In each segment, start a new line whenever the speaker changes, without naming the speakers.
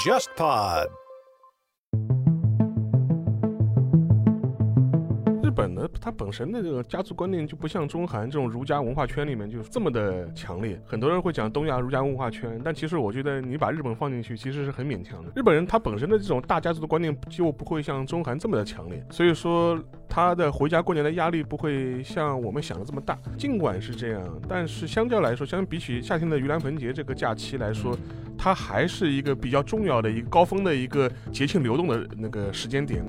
JustPod
日本的它本身的这个家族观念就不像中韩这种儒家文化圈里面就是这么的强烈。很多人会讲东亚儒家文化圈，但其实我觉得你把日本放进去其实是很勉强的。日本人他本身的这种大家族的观念就不会像中韩这么的强烈，所以说他的回家过年的压力不会像我们想的这么大。尽管是这样，但是相较来说，相比起夏天的盂兰盆节这个假期来说，它还是一个比较重要的一个高峰的一个节庆流动的那个时间点。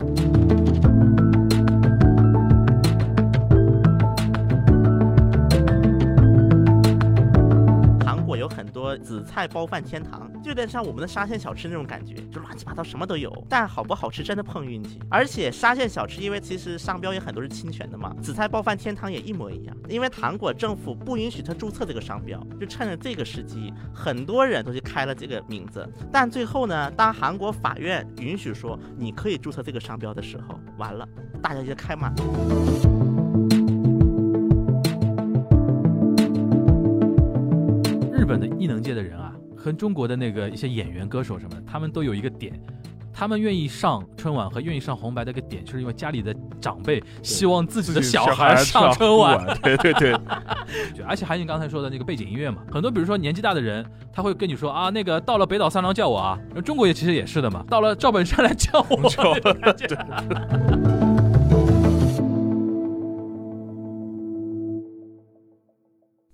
韩国有很多紫菜包饭天堂，就有点像我们的沙县小吃那种感觉，就乱七八糟什么都有。但好不好吃真的碰运气。而且沙县小吃，因为其实商标也很多是侵权的嘛，紫菜包饭天堂也一模一样。因为韩国政府不允许他注册这个商标，就趁着这个时机，很多人都去开了这个名字。但最后呢，当韩国法院允许说你可以注册这个商标的时候，完了，大家就开骂。
日本的艺能界的人啊，和中国的那个一些演员、歌手什么的，他们都有一个点，他们愿意上春晚和愿意上红白的一个点，就是因为家里的长辈希望自己的小孩上春晚。，
对对对，
而且还有你刚才说的那个背景音乐嘛，很多比如说年纪大的人，他会跟你说啊，那个到了北岛三郎叫我啊，然后中国也其实也是的嘛，到了赵本山来叫我，
叫 我
对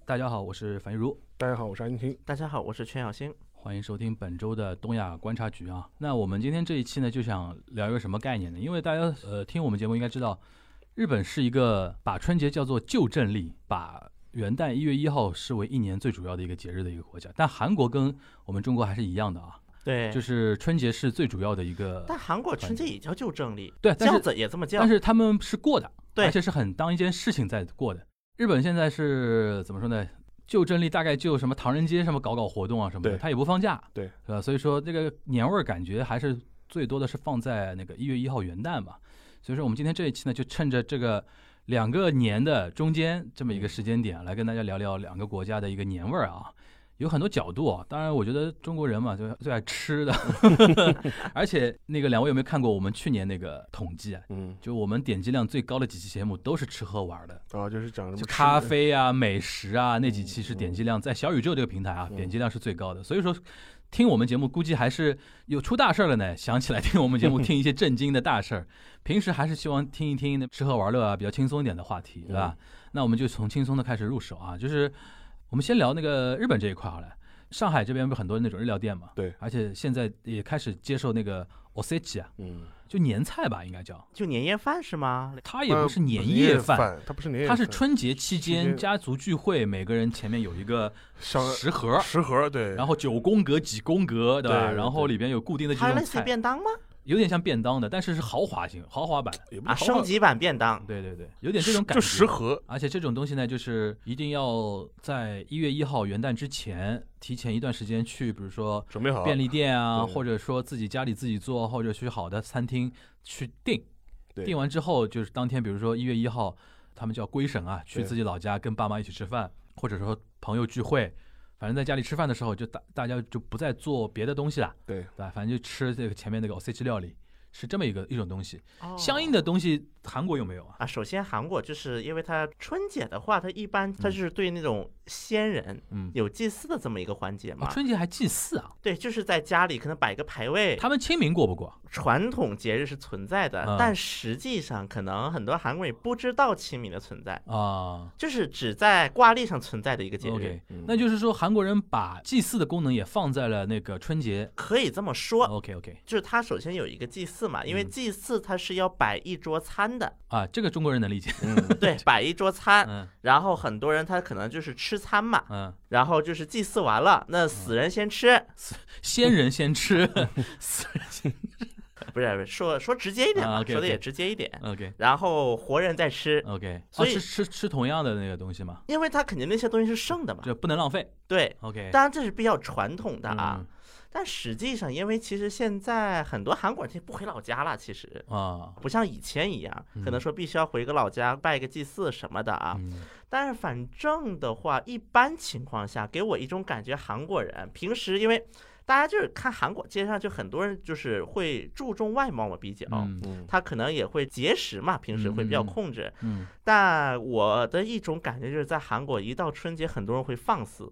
大家好，我是樊玉茹。
大家好，我是安青。
大家好，我是全小星。
欢迎收听本周的东亚观察局啊。那我们今天这一期呢，就想聊一个什么概念呢？因为大家呃听我们节目应该知道，日本是一个把春节叫做旧正历，把元旦一月一号视为一年最主要的一个节日的一个国家。但韩国跟我们中国还是一样的啊，
对，
就是春节是最主要的一个，
但韩国春节也叫旧正历，
对但是
叫着也这么叫
但。是他们是过的，
对
而且是很当一件事情在过的。日本现在是怎么说呢？旧正历大概就什么唐人街什么搞搞活动啊什么的，
对
他也不放假，
对，
是吧？所以说这个年味儿感觉还是最多的是放在那个一月一号元旦嘛。所以说我们今天这一期呢，就趁着这个两个年的中间这么一个时间点，来跟大家聊聊两个国家的一个年味儿啊。有很多角度啊，当然我觉得中国人嘛，就最爱吃的， 而且那个两位有没有看过我们去年那个统计啊？
嗯，
就我们点击量最高的几期节目都是吃喝玩的，
啊，就是讲什
就
么
咖
吃
啡啊、美食啊那几期是点击量在小宇宙这个平台啊，
嗯
点击量是最高的。所以说，听我们节目估计还是有出大事儿了呢。想起来听我们节目，听一些震惊的大事儿。 平时还是希望听一听那吃喝玩乐啊，比较轻松一点的话题，对
嗯
吧？那我们就从轻松的开始入手啊，就是我们先聊那个日本这一块好了。上海这边不是很多那种日料店嘛？
对
而且现在也开始接受那个 osechi 啊，
嗯，
就年菜吧，应该叫。
就年夜饭是吗？
它呃也不是年
夜
夜饭，，
它不是年夜
它
饭，
是春节期
期
间
间
家族聚会，每个人前面有一个
上
食盒，
食盒，对，
然后九宫格、几宫格，对
对
吧？
对
然后里边有固定的几
它
种
类似于
菜，
便当吗？
有点像便当的，但是是豪华型、豪华版。
也不
啊，
是豪
升
华
级版便当。
对对对，有点这种感
就
觉。
食盒，
而且这种东西呢，就是一定要在一月一号元旦之前，提前一段时间去，比如说
准备好
便利店啊，
对
或者说自己家里自己做，或者去好的餐厅去订。
对
订完之后，就是当天，比如说一月一号，他们叫归省啊，去
对
自己老家跟爸妈一起吃饭，或者说朋友聚会，反正在家里吃饭的时候，就大大家就不再做别的东西了，
对
对吧？反正就吃这个前面那个 o s a g e 料理，是这么一个一种东西。
哦
相应的东西，韩国有没有啊？
啊，首先韩国就是因为它春节的话，它一般它是对那种先人
嗯，
有祭祀的这么一个环节
哦
嘛。
春节还祭祀啊？
对，就是在家里可能摆个牌位，
他们清明过不过？
传统节日是存在的
嗯，
但实际上可能很多韩国人也不知道清明的存在，
啊
就是只在挂历上存在的一个节日，嗯
，OK，那
嗯
就是说韩国人把祭祀的功能也放在了那个春节。
可以这么说。
OK OK，
就是它首先有一个祭祀嘛，因为
哦嗯
祭祀它是要摆一桌餐 的，
啊，这个中国人能理解。
嗯
对，摆一桌餐，
嗯
然后很多人他可能就是吃餐嘛，
嗯，
然后就是祭祀完了，那死人先吃，
先人先吃，死人先
不是不是说说直接一点
啊嗯
吧，
，OK，
说的也
OK
直接一点。
OK
然后活人再吃，
OK，
所以
啊是吃吃同样的那个东西嘛，
因为它肯定那些东西是剩的嘛。
就不能浪费。
对，
OK，
当然这是比较传统的啊
嗯。
但实际上，因为其实现在很多韩国人其实不回老家了，其实
啊，
不像以前一样，可能
嗯
说必须要回个老家拜个祭祀什么的啊。
嗯
但是反正的话，一般情况下给我一种感觉，韩国人平时因为大家就是看韩国街上就很多人就是会注重外貌嘛，比较。
嗯
嗯，
他可能也会节食嘛，平时会比较
嗯嗯嗯
控制。
嗯
但我的一种感觉就是，在韩国一到春节，很多人会放肆。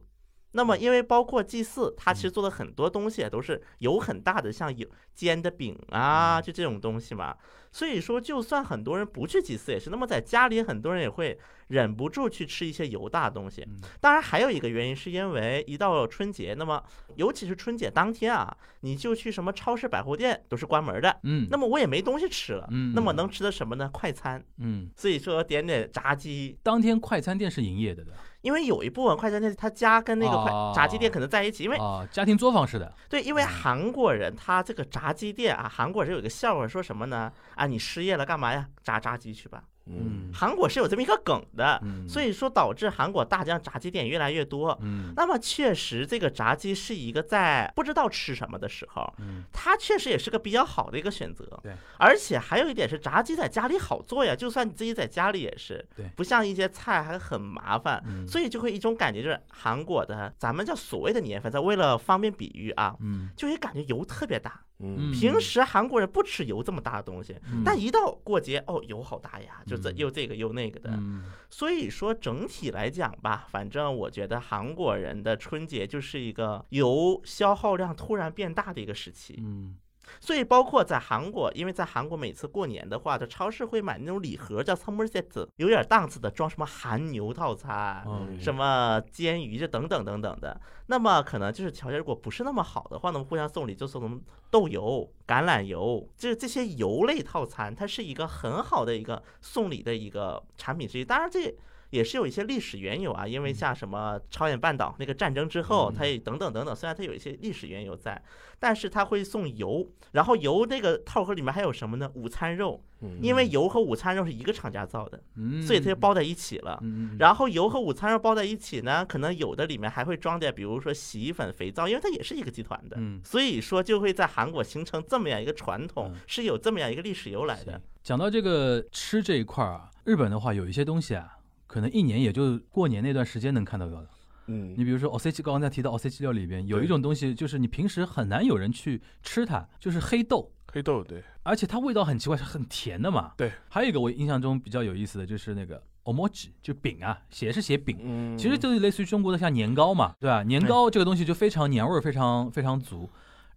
那
嗯
么，因为包括祭祀，它其实做的很多东西也都是有很大的，像有煎的饼
嗯
啊，就这种东西嘛。所以说，就算很多人不去祭祀也是，那么在家里很多人也会忍不住去吃一些油大的东西。
嗯
当然，还有一个原因是因为一到春节，那么尤其是春节当天啊，你就去什么超市、百货店都是关门的，
嗯，
那么我也没东西吃了，
嗯
那么能吃的什么呢？快餐。
嗯，
所以说点点炸鸡，
当天快餐店是营业的的，
因为有一部分快餐店它家跟那个快
哦
炸鸡店可能在一起，因为
啊，家庭作坊式的，
对，因为
嗯
韩国人他这个炸鸡店啊，韩国人有一个笑话说什么呢？啊，你失业了干嘛呀？炸炸鸡去吧。
嗯，
韩国是有这么一个梗的，
嗯，
所
以
以说导致韩国大疆炸鸡店越来越多。
嗯
那么确实，这个炸鸡是一个在不知道吃什么的时候，
嗯
它确实也是个比较好的一个选择。
对，
而且还有一点是，炸鸡在家里好做呀，就算你自己在家里也是，
对
不像一些菜还很麻烦，
嗯
所以就会一种感觉就是韩国的，咱们叫所谓的年份，咱为了方便比喻啊，
嗯
就会感觉油特别大。
嗯，
平时韩国人不吃油这么大的东西，
嗯
但一到过节，哦，油好大呀，就这
嗯
又这个又那个的。
嗯
所以说整体来讲吧，反正我觉得韩国人的春节就是一个油消耗量突然变大的一个时期。
嗯
所以包括在韩国，因为在韩国每次过年的话，就超市会买那种礼盒叫 summer set，有点档次的，装什么韩牛套餐。
哦
嗯
什么煎鱼这等等等等的，那么可能就是条件如果不是那么好的话，那么互相送礼就送什么豆油、橄榄油，这这些油类套餐，它是一个很好的一个送礼的一个产品之一。当然这。也是有一些历史缘由啊，因为像什么朝鲜半岛那个战争之后，它也等等等等，虽然它有一些历史缘由在，但是它会送油，然后油那个套盒里面还有什么呢？午餐肉，
嗯
因为油和午餐肉是一个厂家造的，
嗯，
所以它就包在一起了。
嗯，嗯
然后油和午餐肉包在一起呢，可能有的里面还会装点，比如说洗衣粉、肥皂，因为它也是一个集团的，
嗯
所以说就会在韩国形成这么样一个传统
嗯，
是有这么样一个历史由来的
行。讲到这个吃这一块儿啊，日本的话有一些东西啊，可能一年也就过年那段时间能看到到的。
嗯
你比如说 o s e c 刚才提到 o s e c 料理里边有一种东西，就是你平时很难有人去吃它，就是黑豆。
黑豆对，
而且它味道很奇怪，是很甜的嘛。
对，
还有一个我印象中比较有意思的就是那个 omoji，就饼啊，写是写饼，
嗯，
其实就是类似于中国的像年糕嘛，对吧？年糕这个东西就非常年味儿非常非常足。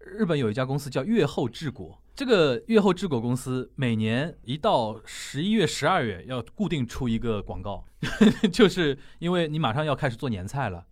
日本有一家公司叫越后治国，这个越后治国公司每年一到十一月、十二月要固定出一个广告， 就是因为你马上要开始做年菜了。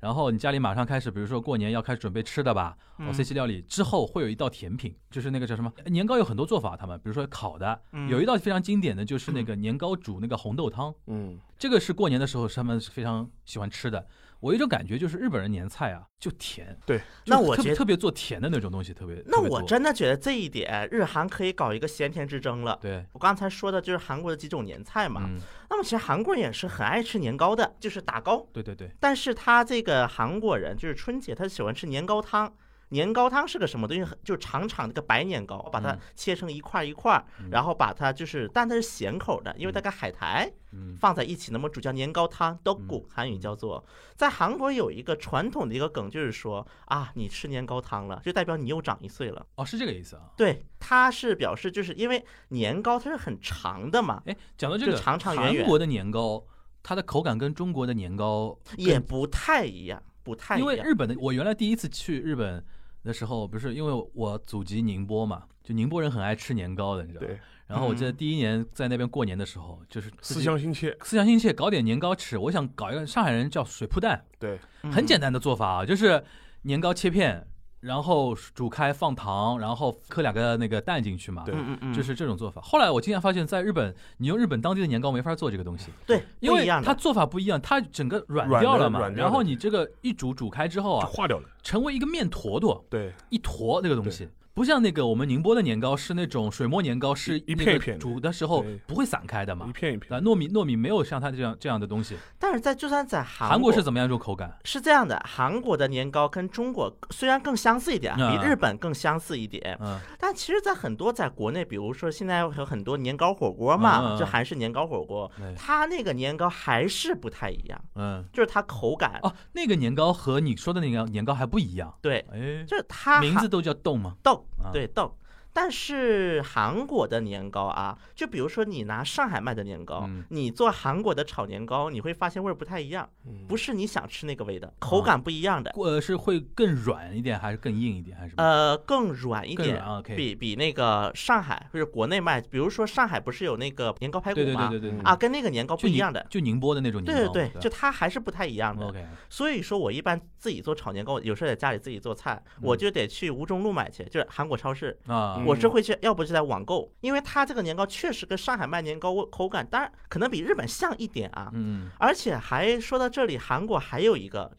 然后你家里马上开始，比如说过年要开始准备吃的吧，
嗯
哦，C 系料理之后会有一道甜品，就是那个叫什么年糕有很多做法，他们比如说烤的，
嗯
有一道非常经典的就是那个年糕煮那个红豆汤，
嗯
这个是过年的时候是他们非常喜欢吃的。我有一种感觉就是日本人年菜啊就甜，
对
就是
那我觉
特别
得
特别做甜的那种东西，特别
那
特别
我
多
真的觉得这一点，日韩可以搞一个咸甜之争了。
对
我刚才说的就是韩国的几种年菜嘛，
嗯，
那么其实韩国人也是很爱吃年糕的，就是打糕。
对对对，
但是他这个韩国人就是春节，他喜欢吃年糕汤。年糕汤是个什么东西？就是长长的一个白年糕，把它
嗯
切成一块儿一块，儿，
嗯
然后把它就是，但它是咸口的，因为它跟海苔
嗯
放在一起，那么主叫年糕汤 d o g u 韩语叫做。在韩国有一个传统的一个梗，就是说啊，你吃年糕汤了，就代表你又长一岁了。
哦是这个意思啊。
对，它是表示就是因为年糕它是很长的嘛，
哎，讲到这个
就长长圆圆
韩国的年糕，它的口感跟中国的年糕
也不太一样，不太一
因为
样。
日本的，我原来第一次去日本的时候，不是因为我祖籍宁波嘛，就宁波人很爱吃年糕的，你知道吗
对？
然后我
嗯
记得第一年在那边过年的时候，就是
思
自己
乡心切，
思乡心切，搞点年糕吃。我想搞一个上海人叫水铺蛋，
对，
很
嗯
简单的做法啊，就是年糕切片，然后煮开放糖，然后磕两个那个蛋进去嘛。
对
嗯嗯嗯，
就是这种做法。后来我竟然发现，在日本，你用日本当地的年糕没法做这个东西，
对，
因
不一
为
样的
它做法不一样，它整个软
软
掉
的
了嘛。
软掉的
然后你这个一煮煮开之后
就
啊，
化掉了，
成为一个面坨坨，
对，
一坨那个东西。不像那个我们宁波的年糕是那种水磨年糕，是
一
那
片一
个
片的
煮的时候
对
不会散开的嘛
一。片一片。
啊，糯米糯米没有像它这样这样的东西。
但是在就算在
啊
韩
韩国是怎么样一种口感？
是这样的，韩国的年糕跟中国呃虽然更相似一点，
嗯
比日本更相似一点，
嗯，
但其实，在很多在国内，比如说现在有很多年糕火锅嘛，
嗯嗯嗯
就韩式年糕火锅，
对
它那个年糕还是不太一样，
嗯，
就是它口感，
哦，那个年糕和你说的那个年糕还不一样。
对，
哎，
就是它
名
还
字都叫冻吗？
豆，
啊，
对豆。但是韩国的年糕啊，就比如说你拿上海卖的年糕，
嗯
你做韩国的炒年糕，你会发现味儿不太一样，
嗯
不是你想吃那个味
嗯
的，口感不一样的，
呃，是会更软一点，还是更硬一点，还是什么？
呃，更软一
更
点
软啊，OK
比比那个上海或者国内卖，比如说上海不是有那个年糕排骨
对
吗？
对对对对，对
啊，，跟那个年糕
就
不一
宁
样的。
就宁波的那种年
对
糕
对
嘛。
对，
吧
就它还是不太一样的。
OK，
所以说我一般自己做炒年糕，有时候在家里自己做菜，
嗯
我就得去吴中路买去，就是韩国超市。
啊，
嗯
我是会去，要不就在网购，因为它这个年糕确实跟上海卖年糕味口感，当然可能比日本像一点啊。
嗯，
而且还说到这里，韩国还有一个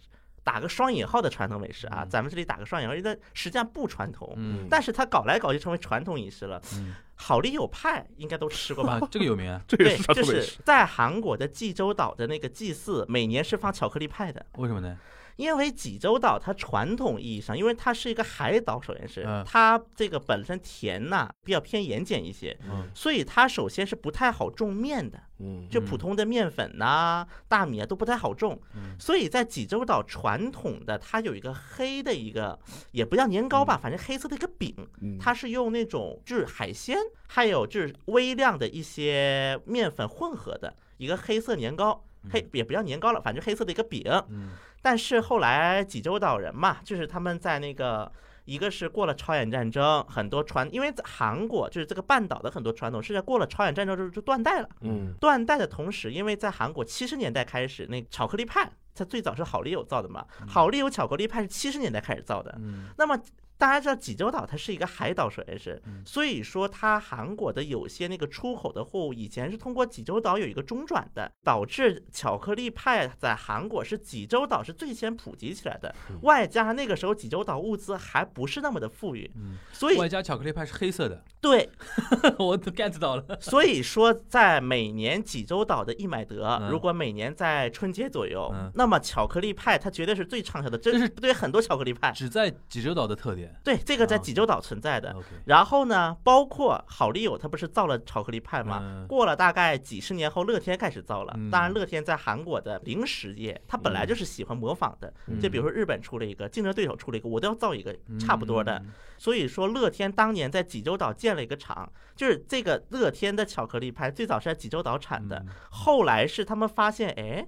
打个双引号的传统美食啊，
嗯
咱们这里打个双引号，因为它实际上不传统。
嗯
但是他搞来搞去成为传统饮食了。
嗯
好丽友派应该都吃过 吧
啊？，这个有名啊，
这也
对
是，传
就
统美
是
食。
在韩国的济州岛的那个祭祀，每年是放巧克力派的，
为什 么呢？
因为济州岛它传统意义上，因为它是一个海岛，首先是
嗯
它这个本身甜呐、比较偏盐碱一些，
嗯
所以它首先是不太好种面的，
嗯
就
嗯
普通的面粉呐、大米啊都不太好种，
嗯
所以在济州岛传统的它有一个黑的一个，也不叫年糕吧，反正黑色的一个饼，
嗯
它是用那种就是海鲜，还有就是微量的一些面粉混合的一个黑色年糕，黑也不叫年糕了，反正黑色的一个饼。
嗯
但是后来济州岛人嘛，就是他们在那个。一个是过了朝鲜战争，很多传，因为在韩国就是这个半岛的很多传统是在过了朝鲜战争之后就断代了。
嗯
断代的同时，因为在韩国七十年代开始，那巧克力派它最早是好丽友造的嘛，好丽友巧克力派是七十年代开始造的，
嗯
那么大家知道济州岛它是一个海岛，首先是
嗯，
所以说它韩国的有些那个出口的货物以前是通过济州岛有一个中转的，导致巧克力派在韩国是济州岛是最先普及起来的。
嗯
外加那个时候济州岛物资还不是那么的富裕，
嗯，
所以
外加巧克力派是黑色的，
对，
我都 get 到了。
所以说在每年济州岛的一买得
嗯，
如果每年在春节左右
嗯，
那么巧克力派它绝对是最畅销的，这
这是
对很多巧克力派，
只在济州岛的特点。
对这个在
啊
济州岛存在的。
OK，
然后呢，包括好丽友，它不是造了巧克力派吗？
嗯
过了大概几十年后，乐天开始造了。
嗯
当然，乐天在韩国的零食业，它本来就是喜欢模仿的。
嗯
就比如说日本出了一个，竞争对手出了一个，我都要造一个差不多的。
嗯
所以说，乐天当年在济州岛建了一个厂，就是这个乐天的巧克力派最早是在济州岛产
嗯
的，后来是他们发现，哎。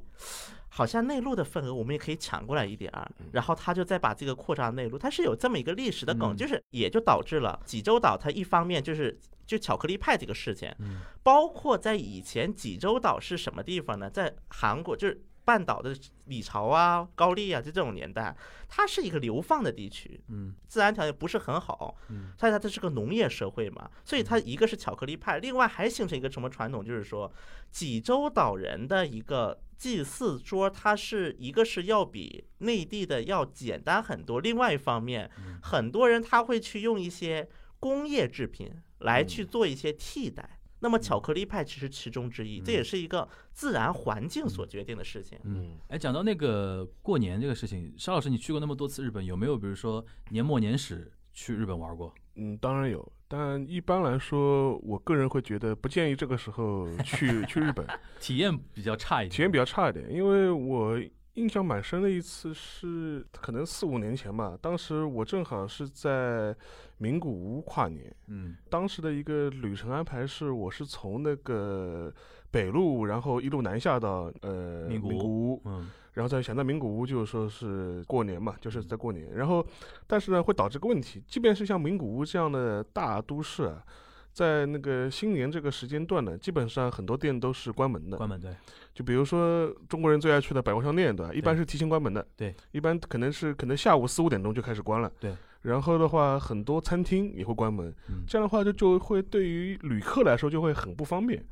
好像内陆的份额我们也可以抢过来一点儿，
嗯
然后他就再把这个扩张内陆，它是有这么一个历史的梗，
嗯
就是也就导致了济州岛它一方面就是就巧克力派这个事情，
嗯
包括在以前济州岛是什么地方呢？在韩国就是半岛的李朝啊、高丽啊，就这种年代，它是一个流放的地区，
嗯
自然条件不是很好，
嗯
再加它是个农业社会嘛，所以它一个是巧克力派，另外还形成一个什么传统，就是说济州岛人的一个祭祀桌，它是一个是要比内地的要简单很多，另外一方面，
嗯
很多人他会去用一些工业制品来
嗯
去做一些替代。那么巧克力派只是其中之一，这也是一个自然环境所决定的事情。
嗯。哎，讲到那个过年这个事情，沙老师，你去过那么多次日本，有没有比如说年末年始去日本玩过？
嗯，当然有，但一般来说，我个人会觉得不建议这个时候 去去日本，
体验比较差一点，
体验比较差一点，因为我。印象蛮深的一次是，可能四五年前吧。当时我正好是在名古屋跨年，
嗯
当时的一个旅程安排是，我是从那个北路，然后一路南下到呃
名古屋
屋，
嗯
然后再想到名古屋，就是说是过年嘛，就是在过年。然后，但是呢，会导致个问题，即便是像名古屋这样的大都市啊，在那个新年这个时间段呢，基本上很多店都是关门的。
关门对，
就比如说中国人最爱去的百货商店，对吧？一般是提前关门的，
对，
一般可能是可能下午四五点钟就开始关了，
对。
然后的话，很多餐厅也会关门，
嗯
这样的话就就会对于旅客来说就会很不方便。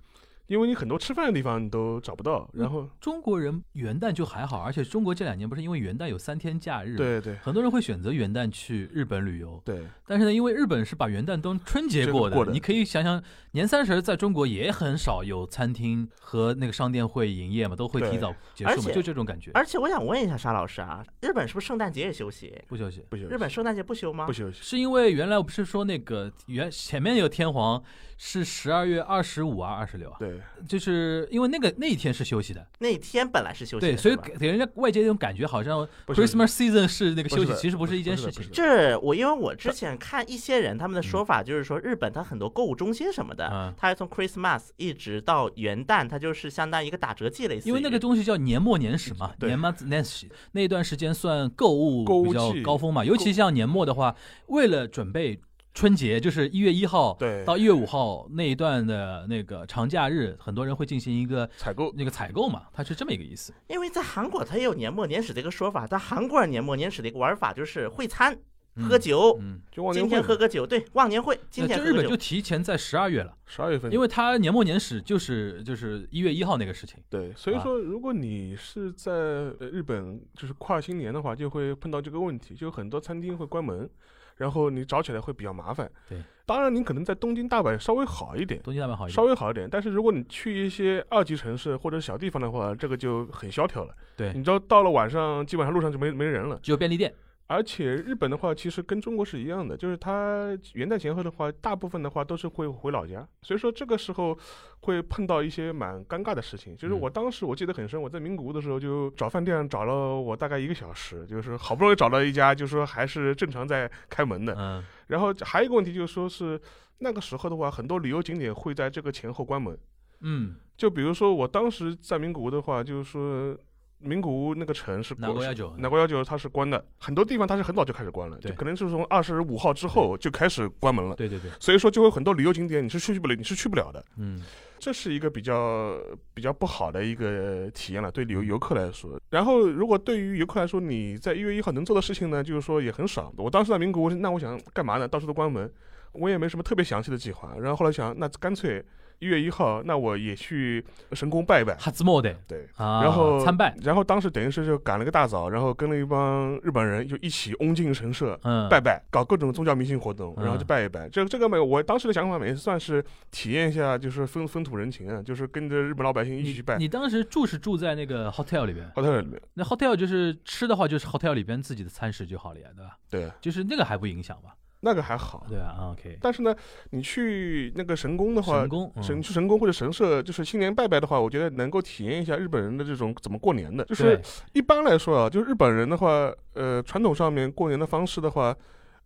因为你很多吃饭的地方你都找不到。然后，
中国人元旦就还好，而且中国这两年不是因为元旦有三天假日，，
对对
很多人会选择元旦去日本旅游。
对，
但是呢，因为日本是把元旦当春节过
这
的，
个过的
你可以想想，年三十在中国也很少有餐厅和那个商店会营业嘛，都会
对
提早结
而
束嘛，
且
就这种感觉。
而且我想问一下沙老师啊，日本是不是圣诞节也休息？
不休息，
不休息
日本圣诞节不休吗
不？休息。
是因为原来我不是说那个原前面有天皇是十二月二十五啊、二十六啊，
对，
就是因为那个那一天是休息的，
那一天本来是休息的，
对，所以
是吧
给给人家外界一种感觉好像
不休息
Christmas season 是那个
不
休
是
息，
的
其实不是一件
不是
事
的
情
不。是的
这我因为我
呃
之前看一些人他们的说法，就是说日本它很多购物中心什么的
嗯，
啊
它从 Christmas 一直到元旦，它就是相当于一个打折季类似于。
因为那个东西叫年末年始嘛，
对
年末年始那一段时间算购物
购物
比较
季
高峰嘛，尤其像年末的话，为了准备春节，就是一月一号
对
到一月五号那一段的那个长假日，很多人会进行一个
采购
那个采购嘛，它是这么一个意思。
因为在韩国它也有年末年始的一个说法，在韩国人年末年始的一个玩法就是会餐、
嗯
喝酒，
嗯，
就忘
今
年
天喝
会，
个酒，对，忘年会，今
那
天
这
喝
日
个
本就
酒。
提前在十二月了，
十二月份，
因为它年末年始就是就是一月一号那个事情。
对，所以
啊
说，如果你是在呃日本就是跨新年的话，就会碰到这个问题，就很多餐厅会关门，然后你找起来会比较麻烦。
对，
当然你可能在东京、大阪稍微好一点，
东京大阪好一
稍
点，
微好一点，但是如果你去一些二级城市或者小地方的话，这个就很萧条了。
对，
你知道，到了晚上基本上路上就没没人了。
只有便利店。
而且日本的话，其实跟中国是一样的，就是它元旦前后的话，大部分的话都是会回老家，所以说这个时候会碰到一些蛮尴尬的事情。就是我当时我记得很深，我在名古屋的时候就找饭店找了我大概一个小时，就是好不容易找到一家，就说还是正常在开门的。
嗯，
然后还有一个问题就是说是那个时候的话，很多旅游景点会在这个前后关门。
嗯，
就比如说我当时在名古屋的话，就是说名古屋那个城是
拿
国
过
是
幺九，
南国幺九它是关的，很多地方它是很早就开始关了，
对
就可能就是从二十五号之后就开始关门了。
对对对，
所以说，就会有很多旅游景点你是去不了，你是去不了的，
嗯，
这是一个比较比较不好的一个体验了，对旅游游客来说。然后，如果对于游客来说，你在一月一号能做的事情呢，就是说也很少。我当时在名古屋，那我想干嘛呢？到处都关门，我也没什么特别详细的计划。然后后来想，那干脆一月一号，那我也去神宫拜一拜。
哈兹莫的
对，
啊，
然后
参拜，
然后当时等于是就赶了个大早，然后跟了一帮日本人就一起嗡进神社。
嗯，
拜拜，搞各种宗教迷信活动，然后就
嗯
拜一拜。这这个没有，我当时的想法，也算是体验一下，就是风风土人情啊，就是跟着日本老百姓一起去拜
你。。你当时住是住在那个 hotel 里边，
好像里面，
那 hotel 就是吃的话，就是 hotel 里边自己的餐食就好了呀，对吧？
对，
就是那个还不影响吧？
那个还好。
对啊，OK。
但是呢，你去那个神宫的话
神，宫，嗯
神去神宫或者神社，就是新年拜拜的话，我觉得能够体验一下日本人的这种怎么过年的。就是
对
一般来说啊，就是日本人的话，呃，传统上面过年的方式的话，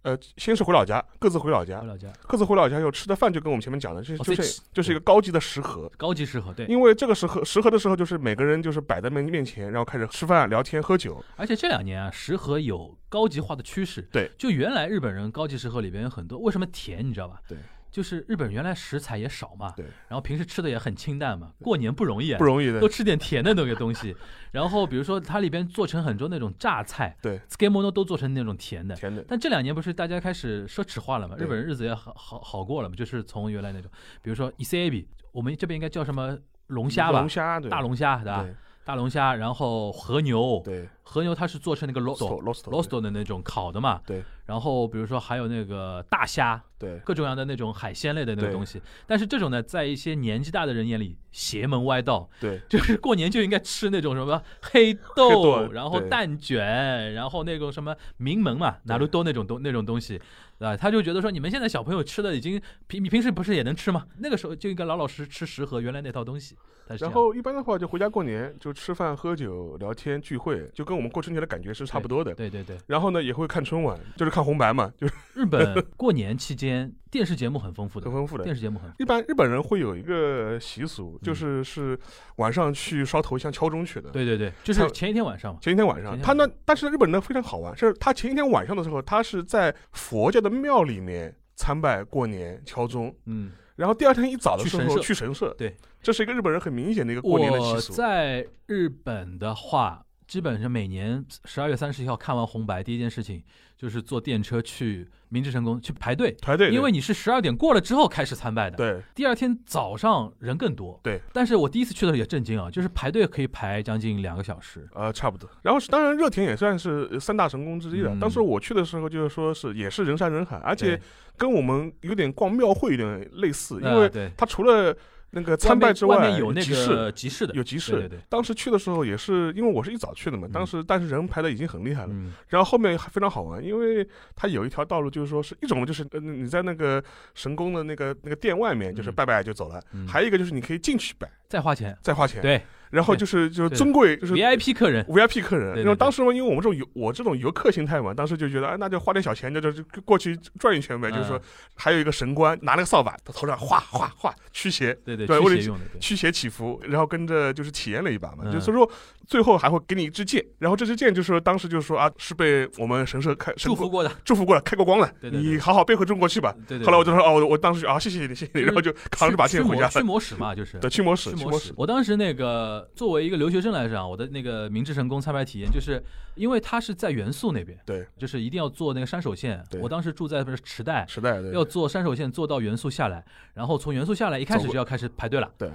呃，先是回老家，各自回老家
回，老家
各自回老家以后吃的饭就跟我们前面讲的，这
哦
就
自己
是
吃
就是一个高级的食盒。
高级适合对，
因为这个食盒食盒的时候，就是每个人就是摆在面面前，然后开始吃饭、聊天、喝酒。
而且这两年啊，食盒有高级化的趋势。
对，
就原来日本人高级食盒里边有很多，为什么甜你知道吧？
对，
就是日本原来食材也少嘛，
对，
然后平时吃的也很清淡嘛，过年不容易啊，
不容易的
多，吃点甜的那个东西。然后比如说它里边做成很多那种榨菜，
对
s k i m o n 都做成那种甜的。
甜的。
但这两年不是大家开始奢侈化了嘛？
对
日本人日子也好好好过了嘛，就是从原来那种，比如说 isabi，我们这边应该叫什么龙虾吧
龙，虾对，
大龙虾对吧？大龙虾，然后和牛，
对对
和牛它是做成那个 rosto
，lost
rosto 的那种烤的嘛，
对。
然后比如说还有那个大虾，
对
各种各样的那种海鲜类的那个
对
东西。但是这种呢，在一些年纪大的人眼里，邪门歪道，
对
就是过年就应该吃那种什么黑豆，
黑豆
然后
对
蛋卷，然后那种什么名门嘛，
对
拿路多那种东那种东西，啊，他就觉得说你们现在小朋友吃的已经平，你平时不是也能吃吗？那个时候就应该老老实实吃食盒原来那套东西。他是这
然
样
后一般的话，就回家过年，就吃饭、喝酒、聊天、聚会，就跟我们过春节的感觉是差不多的。
对对对，
然后呢，也会看春晚，就是看红白嘛，就是
日本过年期间电视节目很丰富的
很，丰富的。
电视节目很丰
一般日本人会有一个习俗，就是是晚上去烧头香、敲钟去的。
嗯富。对对对，就是
像
前一天晚上嘛，
前一天晚上
前，一天
他呢，但是日本人呢非常好玩，是他前一天晚上的时候，他是在佛教的庙里面参拜过年敲钟，
嗯，
然后第二天一早的
去
时
神
候
社
去神社，
对，
这是一个日本人很明显的一个过年的
我
习俗，
在日本的话，基本上每年十二月三十一号看完红白，第一件事情就是坐电车去明治神宫去排队，
排队，
因为你是十二点过了之后开始参拜的。
对
第二天早上人更多。
对，
但是我第一次去的时候也震惊啊，就是排队可以排将近两个小时。
呃，差不多。然后是当然，热田也算是呃三大神宫之一了。
嗯
当时我去的时候，就是说是也是人山人海，而且
对
跟我们有点逛庙会有点类似，因
呃
为
对
它除了那个参拜之
外面有那
集市
个集市的，
有集
对对
市。
对，
当时去的时候也是因为我是一早去的嘛，当时但是人排的已经很厉害了。
嗯，
然后后面还非常好玩，因为它有一条道路，就是说是一种就是呃你在那个神宫的那个那个殿外面，就是
嗯
拜拜就走了；
嗯
还有一个就是你可以进去拜，
再花钱，
再花钱。
对
然后就是就是
对
尊贵，就是
VIP 客人，
VIP 客人。
对对
因为当时嘛，因为我们这种游我这种游客心态嘛，当时就觉得，哎，那就花点小钱，就就就过去转一圈呗。
嗯
就是说，还有一个神官拿那个扫把，他头上哗哗哗驱邪。
对对，
对为
驱
了
邪用的，对
驱邪祈福，然后跟着就是体验了一把嘛，
嗯
就所以说最后还会给你一支箭，然后这支箭就是说当时就说啊是被我们神社开神
祝
宫
福过的，
祝福过了，开过光了，
对对对
你好好背回中国去吧。
对对。
后来我就
对
说哦，我我当时啊，谢谢你，谢谢你，
就是
然后就扛着把剑
驱
回家
魔驱
了。
魔使嘛，就是
对，驱魔使，驱
驱
魔
魔
使
使。，我当时那个作为一个留学生来讲，我的那个明治神宫参拜体验，就是因为它是在元素那边，
对，
就是一定要坐那个山手线
对。
我当时住在不是池袋，
时代对
要坐山手线坐到元素下来，然后从元素下来一开
走
始
过
就要开始排队了。
对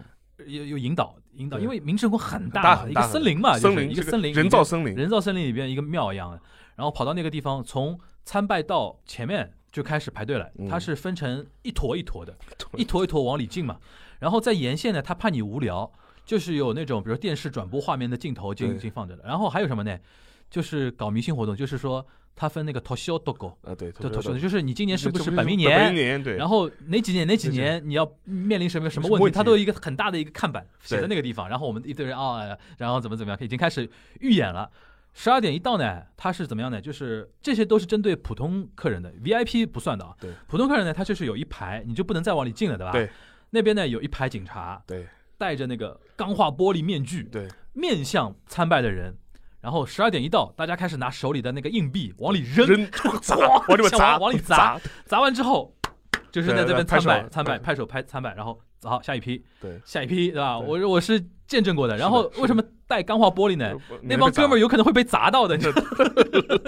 有，有引导引导，
对
因为明治神宫很
很大
大嘛，
很
一
大
个
很大
森林嘛，
森
就是
林，
一个
这
森林，
人造森林，
人造森林里边一个庙一样的，然后跑到那个地方，从参拜到前面就开始排队了
嗯。
它是分成一坨一坨的， 一坨一坨往里进嘛。然后在沿线呢，他怕你无聊，就是有那种比如电视转播画面的镜头
对
进进放着的。然后还有什么呢？就是搞迷信活动，就是说他分那个 t o s h i o d o g o
啊对，
就 t
头
o s h i o 就是你今年是不是
本
本命
本
年
命？年对，
然
后
后哪几年哪几
哪几年
年你要面临什么什
什
么
么
问
问
题，
题
它都有一个很大的一个看板写在
对
那个地方。然后我们一堆人啊、哎呀然后怎么怎么样，已经开始预演了。十二点一到呢，它是怎么样呢？就是这些都是针对普通客人的，VIP 不算的啊。
对，
普通客人呢，他就是有一排，你就不能再往里进了，对吧？
对。
那边呢有一排警察，
对，
戴着那个钢化玻璃面具，
对，
面向参拜的人。然后十二点一到，大家开始拿手里的那个硬币往里扔，
扔砸，往里面
想
砸，
往往里
砸
砸，砸完之后，就是
对
在这边
拍
参
手
拜、参拜、
嗯
拍手、拍参拜，然后好下一批，
对，
下一批，对吧？
对
我我是见证过的。
是的
然后
是的
为什么带钢化玻璃呢？
呃
那帮哥们儿
儿
有可能会被砸到的。你 知道吗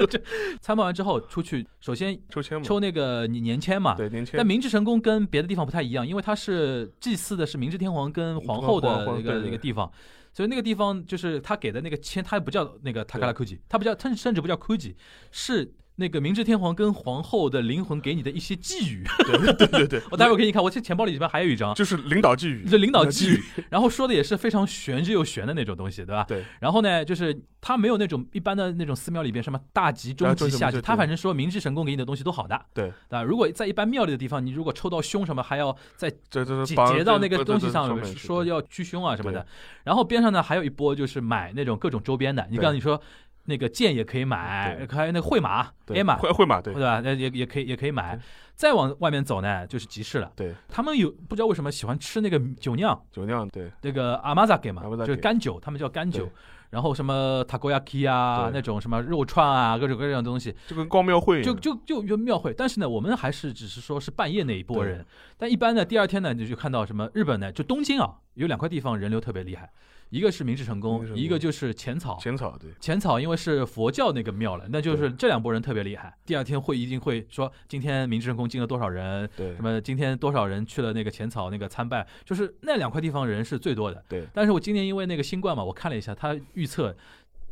这参拜完之后出去，首先
抽签嘛，
抽那个你年签嘛。
对年轻
但明治神宫跟别的地方不太一样，因为它是祭祀的是明治天皇跟皇
皇
后
皇
的那
对
个
对
那个地方，所以那个地方就是他给的那个签，他不叫那个塔卡拉库吉，他不叫，他甚至不叫库吉，是那个明治天皇跟皇后的灵魂给你的一些寄 语。
对对对对，
我待会儿给你看，我这钱包里里面还有一张，
就是领导寄语，
这领导
寄
寄语，然后说的也是非常玄之又玄的那种东西，对吧？
对。
然后呢，就是他没有那种一般的那种寺庙里边什么大吉、中
啊就
吉、
是
下
对
吉，
对
他反正说明治神宫给你的东西都好的。
对
啊，如果在一般庙里的地方，你如果抽到凶什么，还要再
这这
结
这绑
结到那
这
个
这
东西
这
上
上
面，
面去
说
对
要驱凶啊什么的。然后边上呢还有一波就是买那种各种周边的，你
对
刚才你说那个剑也可以买
对，
还有那个会马、
对
艾玛，
会会马对
对吧？那也也可以也可以买
对。
再往外面走呢，就是集市了。
对
他们有不知道为什么喜欢吃那个酒酿，
酒酿对
那个阿玛扎给嘛，
Amazake
就是干酒，他们叫干酒
对。
然后什么塔锅亚 k 啊
对，
那种什么肉串啊，各种各样的东西，
就跟逛庙会一
就
样
就就就庙会。但是呢，我们还是只是说是半夜那一波
对
人，但一般呢，第二天呢，你就看到什么日本呢，就东京啊，有两块地方人流特别厉害，一个是明治神
明治
宫
神，宫
一个就是浅草。
浅草对
浅草因为是佛教那个庙了，那就是这两拨人特别厉害。第二天会一定会说，今天明治神宫进了多少人，
对
什么今天多少人去了那个浅草那个参拜，就是那两块地方人是最多的。
对
但是我今年因为那个新冠嘛，我看了一下，他预测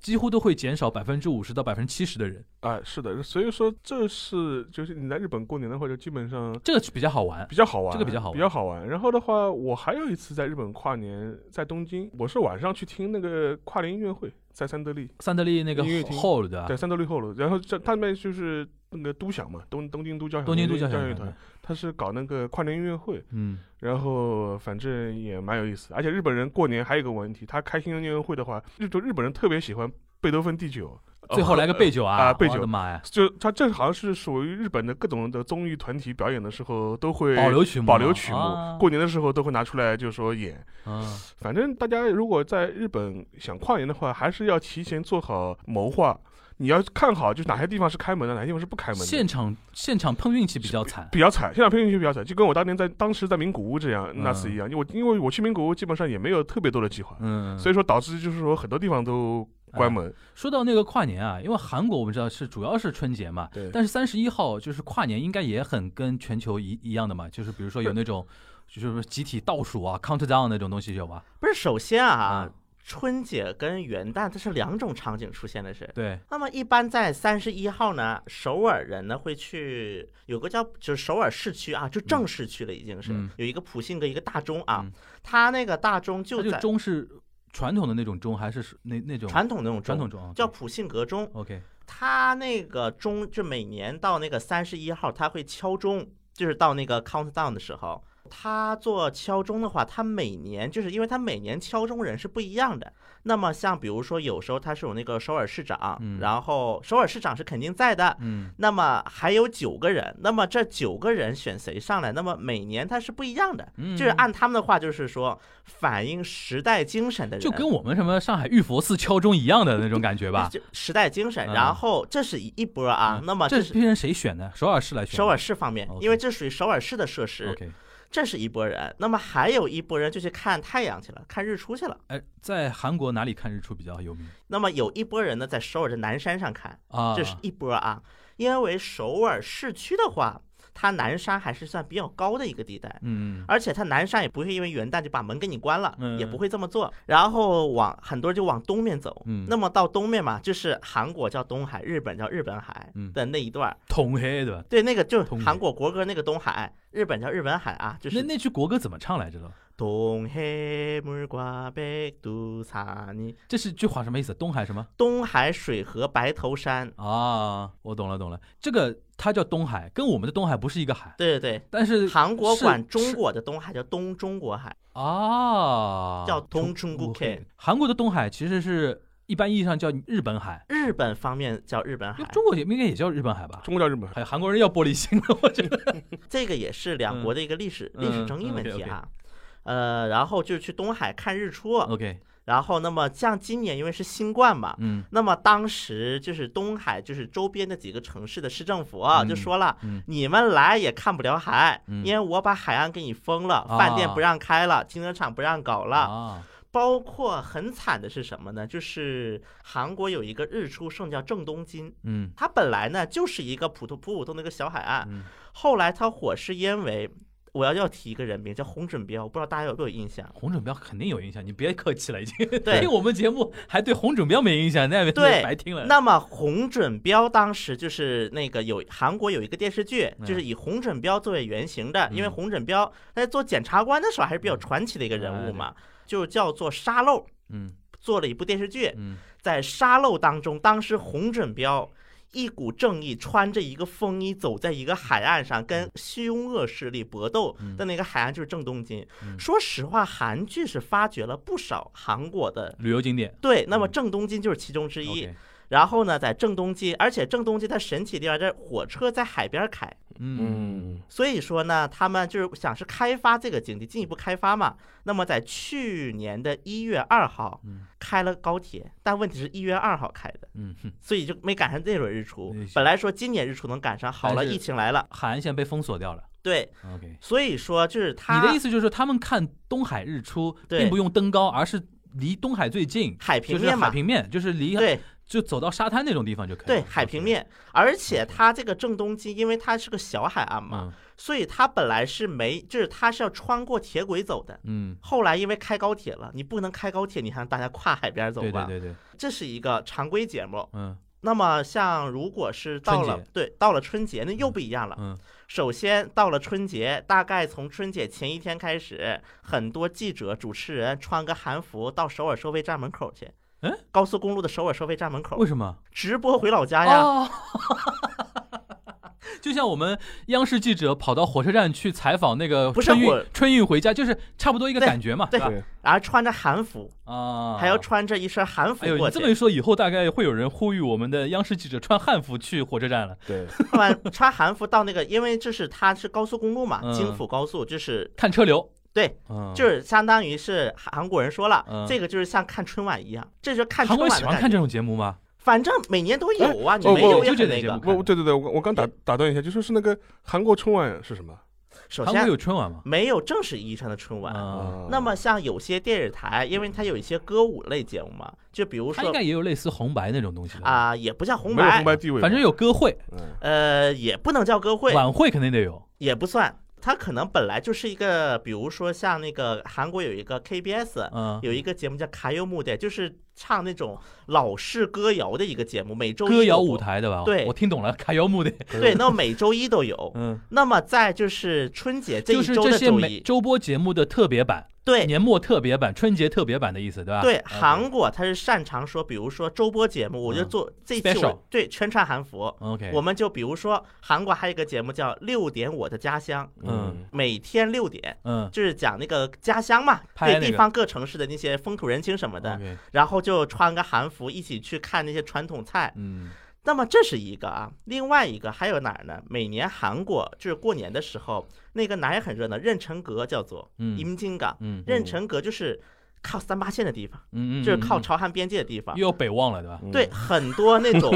几乎都会减少百分之五十到百分之七十的人，
啊是的，所以说这是就是你在日本过年的话，就基本上
这个是比较好玩。
比较好玩，
这个比较好玩
比较好玩。然后的话，我还有一次在日本跨年，在东京，我是晚上去听那个跨年音乐会，在三得利，
三得利那个
音乐厅
hall 的
对，三得利后楼。然后这他们就是那个都响嘛，东东京都交响
东京
乐
都交响
乐
乐
团
团，，
他是搞那个跨年音乐会，
嗯，
然后反正也蛮有意思。而且日本人过年还有一个问题，他开新年音乐会的话，日就日本人特别喜欢贝多芬第九，呃
哦最后来个
呃
备酒
啊
啊，
备酒
我的妈呀，
就他这好像是属于日本的各种的综艺团体表演的时候都会
保留曲目，
保留曲目，
啊
过年的时候都会拿出来，就是说演。
嗯
反正大家如果在日本想跨年的话，还是要提前做好谋划。你要看好，就是哪些地方是开门的，哪些地方是不开门的。
现场现场碰运气比较惨，
比较惨，现场配音区比较惨，就跟我当年在当时在名古屋这样
嗯
那次一样。因为我因为我去名古屋基本上也没有特别多的计划，
嗯，哎
所以说导致就是说很多地方都关门。
说到那个跨年啊，因为韩国我们知道是主要是春节嘛，
对
但是三十一号就是跨年，应该也很跟全球一一样的嘛，就是比如说有那种就是集体倒数啊、countdown 那种东西有吧？
不是，首先啊
嗯，
春节跟元旦这是两种场景出现的是。
对，
那么一般在三十一号呢，首尔人呢会去有个叫就是首尔市区啊，就正市区了已经是、
嗯
有一个普信阁一个大钟啊，
嗯
它那个大钟
它
就
就
在
钟是传统的那种钟，还是那那种
传统那种
传
钟
统钟啊？
叫普信阁钟，
OK，
它那个钟就每年到那个三十一号，它会敲钟，就是到那个 countdown 的时候，它做敲钟的话，它每年就是因为它每年敲钟人是不一样的。那么像比如说有时候它是有那个首尔市长，
嗯
然后首尔市长是肯定在的。
嗯，
那么还有九个人，那么这九个人选谁上来？那么每年它是不一样的，
嗯
就是按他们的话，就是说反映时代精神的人，
就跟我们什么上海玉佛寺敲钟一样的那种感觉吧。
就时代精神。
嗯
然后这是一一波 啊，
嗯
那么
这
是
批人谁选的？首尔市来选的。
首尔市方面，
OK
因为这属于首尔市的设施，
OK，
这是一拨人。那么还有一拨人就去看太阳去了，看日出去了。
哎，在韩国哪里看日出比较有名
那么有一拨人呢，在首尔的南山上看，
啊？
这是一波啊。因为首尔市区的话，它南山还是算比较高的一个地带。
嗯，
而且它南山也不会因为元旦就把门给你关了，
嗯
也不会这么做。然后往很多人就往东面走，
嗯
那么到东面嘛，就是韩国叫东海，日本叫日本海
嗯
的那一段儿，
统黑对吧？
对，那个就是
东海
韩国国歌那个东海，日本叫日本海啊，就是
那那句国歌怎么唱来着了？
东海물과北渡산이，
这是句话什么意思？东海什么
东海水和白头山。
啊？我懂了懂了，这个它叫东海，跟我们的东海不是一个海，
对对
但是
对，韩国
是
管中
是
国的东海叫东中国海，
啊
叫东中国海。
韩国的东海其实是一般意义上叫日本海，
日本方面叫日本
因
海
为，中国也应该也叫日本海吧？
中国叫日本海，
还有韩国人要玻璃心了，我觉得。
这个也是两国的一个历史、历史
嗯
争议
嗯
问题
，OK，OK
啊。呃，然后就去东海看日出，
OK，
然后那么像今年因为是新冠嘛，
嗯
那么当时就是东海就是周边的几个城市的市政府啊，
嗯
就说了。
嗯，
你们来也看不了海，
嗯
因为我把海岸给你封了，
啊
饭店不让开了，停车场不让搞了。
啊，
包括很惨的是什么呢？就是韩国有一个日出圣叫正东金，
嗯
它本来呢就是一个普通普普通的一个小海岸，
嗯
后来它火是因为我要要提一个人名叫洪准彪，我不知道大家有没有印 象？
红准标肯定有印象，你别客气了，已经。 听
对。
我们节目还对红准标没印象，那
对
那白听了。
那么洪准彪当时就是那个有韩国有一个电视剧，
嗯
就是以洪准彪作为原型的，因为
嗯
洪准彪在做检察官的时候还是比较传奇的一个人物嘛，就叫做《沙漏》，
嗯
做了一部电视剧，
嗯
在《沙漏》当中，当时洪准彪一股正义，穿着一个风衣走在一个海岸上，跟凶恶势力搏斗
嗯
的那个海岸就是正东京。
嗯
说实话，韩剧是发掘了不少韩国的。
旅游景点
对，那么
嗯
正东京就是其中之一。
OK，
然后呢，在正东京，而且正东京它神奇的地方，这火车在海边开，
嗯，
所以说呢，他们就是想是开发这个景点，进一步开发嘛。那么在去年的一月二号
嗯
开了高铁，但问题是一月二号开的，
嗯，哼
所以就没赶上那轮日出
那是。
本来说今年日出能赶上，好了，
但是
疫情来了，
海岸线被封锁掉了。
对，
OK，你
所以说就是他
的意思就是说他们看东海日出，
对
并不用登高，而是离东海最近，
海
就
平
是
面
海
嘛，
平面，就是离
对
就走到沙滩那种地方就可以
对，
了。
海平
OK，
面。而且它这个正东京，因为它是个小海
嗯
岸
啊
嘛，所以它本来是没，就是它是要穿过铁轨走的。
嗯，嗯，
后来因为开高铁了，你不能开高铁，你还让大家跨海边走吧？
对对对对，
这是一个常规节目。
嗯
那么像如果是到
春
了
节
对到了春节，那又不一样了。
嗯
首先到了春节，大概从春节前一天开始，很多记者、主持人穿个韩服到首尔收费站门口去。
嗯，
高速公路的首尔收费站门口
为什么？
直播回老家呀。
哦， 就像我们央视记者跑到火车站去采访那个
不是
春运
火
春运回家，就是差不多一个
对
感觉嘛，
对
吧？
对，
然后穿着韩服，
啊，
还要穿着一身韩服
哎呦，
过
你
去
这，么一说，以后大概会有人呼吁我们的央视记者穿汉服去火车站了。
对，
穿穿韩服到那个，因为这是它是高速公路嘛，
嗯
京釜高速，就是
看车流，
对，
嗯，
就是相当于是韩国人说了，
嗯
这个就是像看春晚一样，这就是看
韩
春
国
晚
人喜
的
欢
感
看
觉。
这种节目吗？
反正每年都有啊，你
哦
没有
我
也
就这
很
点
那
节
个
目。
我对对对，我我刚打打断一下，就说是那个韩国春晚是什么？
首
韩国
先
有春晚吗？
没有正式意义上的春晚。嗯
啊，
啊
那么像有些电视台，因为它有一些歌舞类节目嘛，就比如
它应
说
该也有类似红白那种东西吧，
啊、也不叫红
没有
白
红，白地位，
反正有歌会、
嗯
呃，也不能叫歌会，
晚会肯定得有。
也不算。它可能本来就是一个，比如说像那个韩国有一个 KBS，
嗯，
有一个节目叫《卡优木的》，就是唱那种老式歌谣的一个节目，每周一
歌谣
都有
舞。台的吧？
对
我听懂了，卡腰木的。
对，那每周一都有。
嗯，
那么在就是春节这
就
一
是
周
这
的
些
周
每
一，
周播节目的特别版，
对
年末特别版、春节特别版的意思，对吧？
对，
OK
韩国它是擅长说，比如说周播节目，我就
嗯
做这一期
Special
我对全串韩服，
OK，
我们就比如说韩国还有一个节目叫《六点我的家乡》，
嗯
每天六点。
嗯
就是讲那个家乡嘛，
拍
对
那
地
个
方各城市的那些风土人情什么的，
，OK，
然后就穿个韩服一起去看那些传统菜，
嗯
那么这是一个啊，另外一个还有哪儿呢？每年韩国就是过年的时候，那个哪儿也很热闹，妊娠阁叫做
嗯
임진강，
嗯
妊娠阁就是靠三八线的地方，
嗯，
就是靠
嗯
朝韩边界的地
嗯
方。
又有北望了，对吧？
嗯
对，很多那种，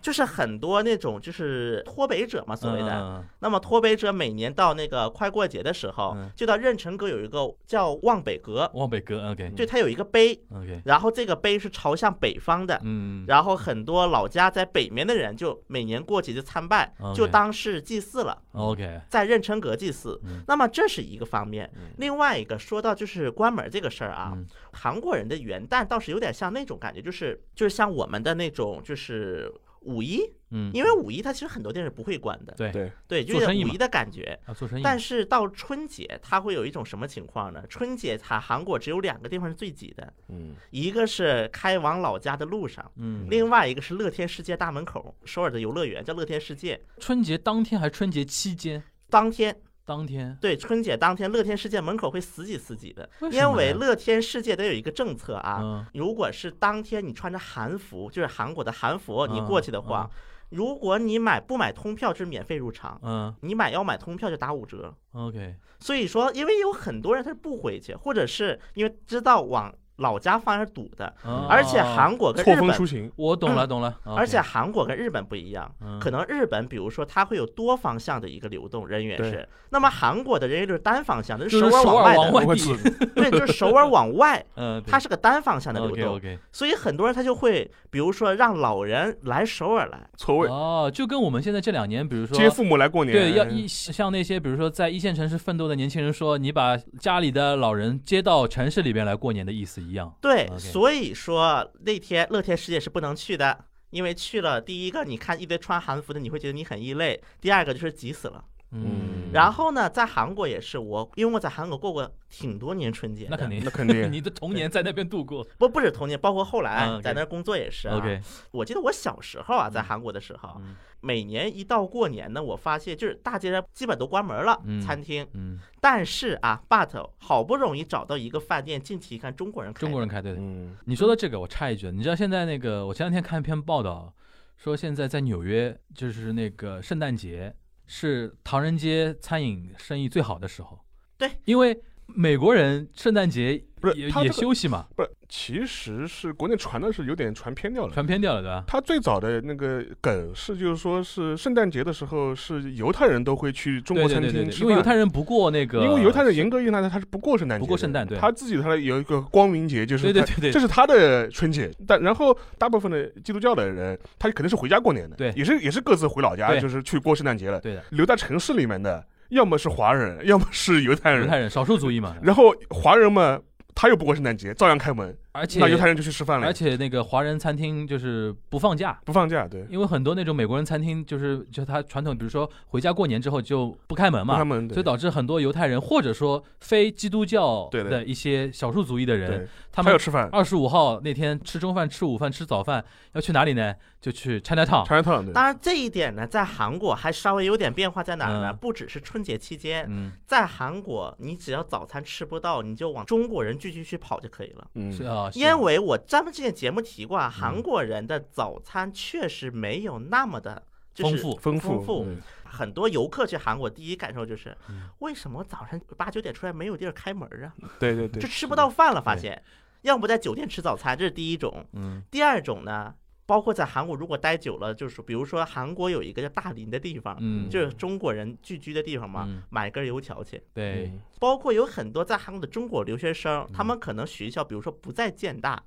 就是很多那种就是脱北者嘛，所谓的。
嗯
那么脱北者每年到那个快过节的时候
嗯，
就到妊娠阁有一个叫望北阁，
往北歌，OK
就它有一个碑，
OK，
然后这个碑是朝向北方的，
嗯，
然后很多老家在北面的人，就每年过节就参拜
嗯 OK，
就当是祭祀了，
OK，
在妊娠阁祭祀
嗯。
那么这是一个方面。另外一个说到就是关门这个事儿啊
嗯，
韩国人的元旦倒是有点像那种感觉，就是就是像我们的那种就是。五一，
嗯，
因为五一它其实很多店是不会关的，
对
对，
对，就
做
是
生意
五
嘛
一的感觉。
啊要做生意，
但是到春节，它会有一种什么情况呢？春节它韩国只有两个地方是最挤的，
嗯
一个是开往老家的路上，
嗯，
另外一个是乐天世界大门口，首尔的游乐园叫乐天世界。
春节当天还是春节期间？
当天
当天
对春节当天，乐天世界门口会死挤死挤的，
为什
因
么
为
呢
乐天世界得有一个政策啊。
嗯
如果是当天你穿着韩服，就是韩国的韩服，
嗯
你过去的话，如果你买不买通票就是免费入场，
嗯
你买要买通票就打五折。
OK，
所以说，因为有很多人他是不回去，或者是因为知道往老家方向是堵的，而且
哦
韩国跟
错
日
峰
本
出行，
我懂了懂了，
而且韩国跟日本不一样，
嗯
可能日本比如说它会有多方向的一个流动人员
对
是，那么韩国的人员就是单方向的，
就是
首尔
首
往
尔
外
往
我
的，
外
会
地，
指
对，就是首尔往外
嗯，
它是个单方向的流
OK
动，
OK，
所以很多人他就会，比如说让老人来首尔来，
错位，
哦，就跟我们现在这两年，比如说
接父母来过年，
对，要一像那些比如说在一线城市奋斗的年轻人说，你把家里的老人接到城市里边来过年的意思一样。
对，
OK
所以说那天乐天世界是不能去的。因为去了，第一个你看一堆穿韩服的，你会觉得你很异类；第二个就是挤死了。
嗯
然后呢，在韩国也是我，因为我在韩国过过挺多年春节的，
那肯定
那，肯定
你的童年在那边度过。
不不止童年，包括后
嗯
来
，OK
在那儿工作也是、啊。
OK，
我记得我小时候啊，在韩国的时候，
嗯
每年一到过年呢，我发现就是大街上基本都关门了，
嗯
餐厅。
嗯，
但是啊，but 好不容易找到一个饭店，进去一看，中国人开的
中国人开对的。
嗯
你说到这个，我插一句，你知道现在那个，我前两天看一篇报道，说现在在纽约，就是那个圣诞节是唐人街餐饮生意最好的时候。
对，
因为美国人圣诞节
不是
也
他这
也
个
休息嘛，
不是，其实是国内传的是有点传偏掉了。
传偏掉了，对吧？
他最早的那个梗是，就是说是圣诞节的时候，是犹太人都会去中
对
国
对
餐
对对
厅
对，
吃
因为犹
饭
太人不过那个，
因为犹太人严格意义上来说他是不过圣诞节的，
不过圣诞对
他自己他有一个光明节，就是
对对
他
对对
这是他的春节。但然后大部分的基督教的人，他肯定是回家过年的，
对
也是也是各自回老家，
对
就是去过圣诞节了。
对的，
留在城市里面的，要么是华人，要么是犹太
犹
人。
太人少数族裔嘛，
然后华人嘛，他又不过圣诞节，照样开门，
而且
那犹太人就去吃饭了
而，且那个华人餐厅就是不放假，
不放假，对，
因为很多那种美国人餐厅就是就他传统，比如说回家过年之后就不开门
不开
嘛，
门，对
所以导致很多犹太人或者说非基督教
对的
的一些少数族裔的人，
对，
他
他要
们
吃饭，
二十五号那天吃中饭、吃午饭、吃早饭要去哪里呢？就去 China Town。
尝一趟，对，
当然，这一点呢，在韩国还稍微有点变化，在哪儿呢？
嗯
不只是春节期间，
嗯，
在韩国，你只要早餐吃不到，你就往中国人聚集区跑就可以了。
嗯，
是啊，嗯是
因为我咱们之前节目提过啊，韩国人的早餐确实没有那么的就是
丰富，
丰
丰富
对
很多游客去韩国，第一感受就是
嗯，
为什么早上八九点出来没有地儿开门啊？
对对对
就，吃不到饭了，发
对
现，要不在酒店吃早餐，这是第一种。
嗯
第二种呢，包括在韩国如果待久了，就是比如说韩国有一个叫大林的地方，
嗯，
就是中国人聚居的地方嘛，
嗯
买根油条去。
对，
包括有很多在韩国的中国留学生，
嗯
他们可能学校比如说不在建大，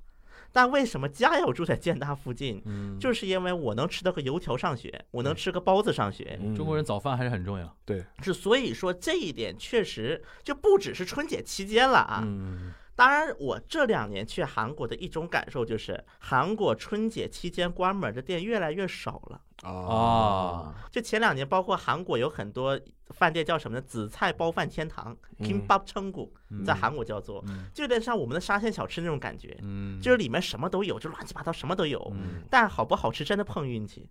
但为什么家要住在建大附近？
嗯，
就是因为我能吃到个油条上学，我能吃个包子上学，
嗯
中国人早饭还是很重要。
是所以说这一点确实就不只是春节期间了啊。
嗯，
当然，我这两年去韩国的一种感受就是，韩国春节期间关门的店越来越少了。
嗯啊，
就前两年，包括韩国有很多饭店叫什么呢？紫菜包饭天堂
嗯
（Kimbap c h e n g u
嗯
在韩国叫做，
嗯
就有点像我们的沙县小吃那种感觉，
嗯，
就是里面什么都有，就乱七八糟什么都有。
嗯
但好不好吃真的碰运 气，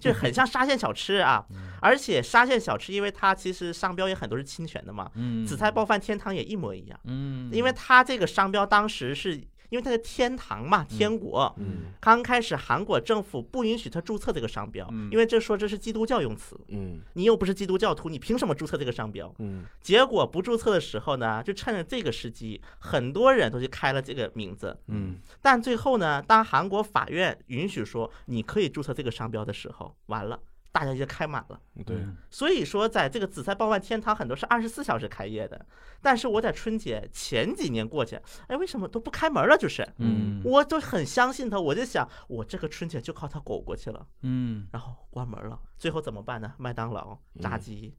就很像沙县小吃啊。
嗯
而且沙县小吃，因为它其实商标也很多是侵权的嘛，
嗯，
紫菜包饭天堂也一模一样，
嗯，
因为它这个商标当时是因为它是天堂嘛，天国。
嗯
刚开始韩国政府不允许他注册这个商标，
嗯
因为这说这是基督教用词，
嗯
你又不是基督教徒，你凭什么注册这个商标？
嗯
结果不注册的时候呢，就趁着这个时机，很多人都去开了这个名字。
嗯
但最后呢，当韩国法院允许说你可以注册这个商标的时候，完了，大家就开满了。
嗯，对，
嗯
所以说，在这个紫菜包饭天堂很多是二十四小时开业的，但是我在春节前几年过去，哎，为什么都不开门了？就是，
嗯
我就很相信他，我就想，我这个春节就靠他苟过去了，
嗯
然后关门了，最后怎么办呢？麦当劳、炸鸡，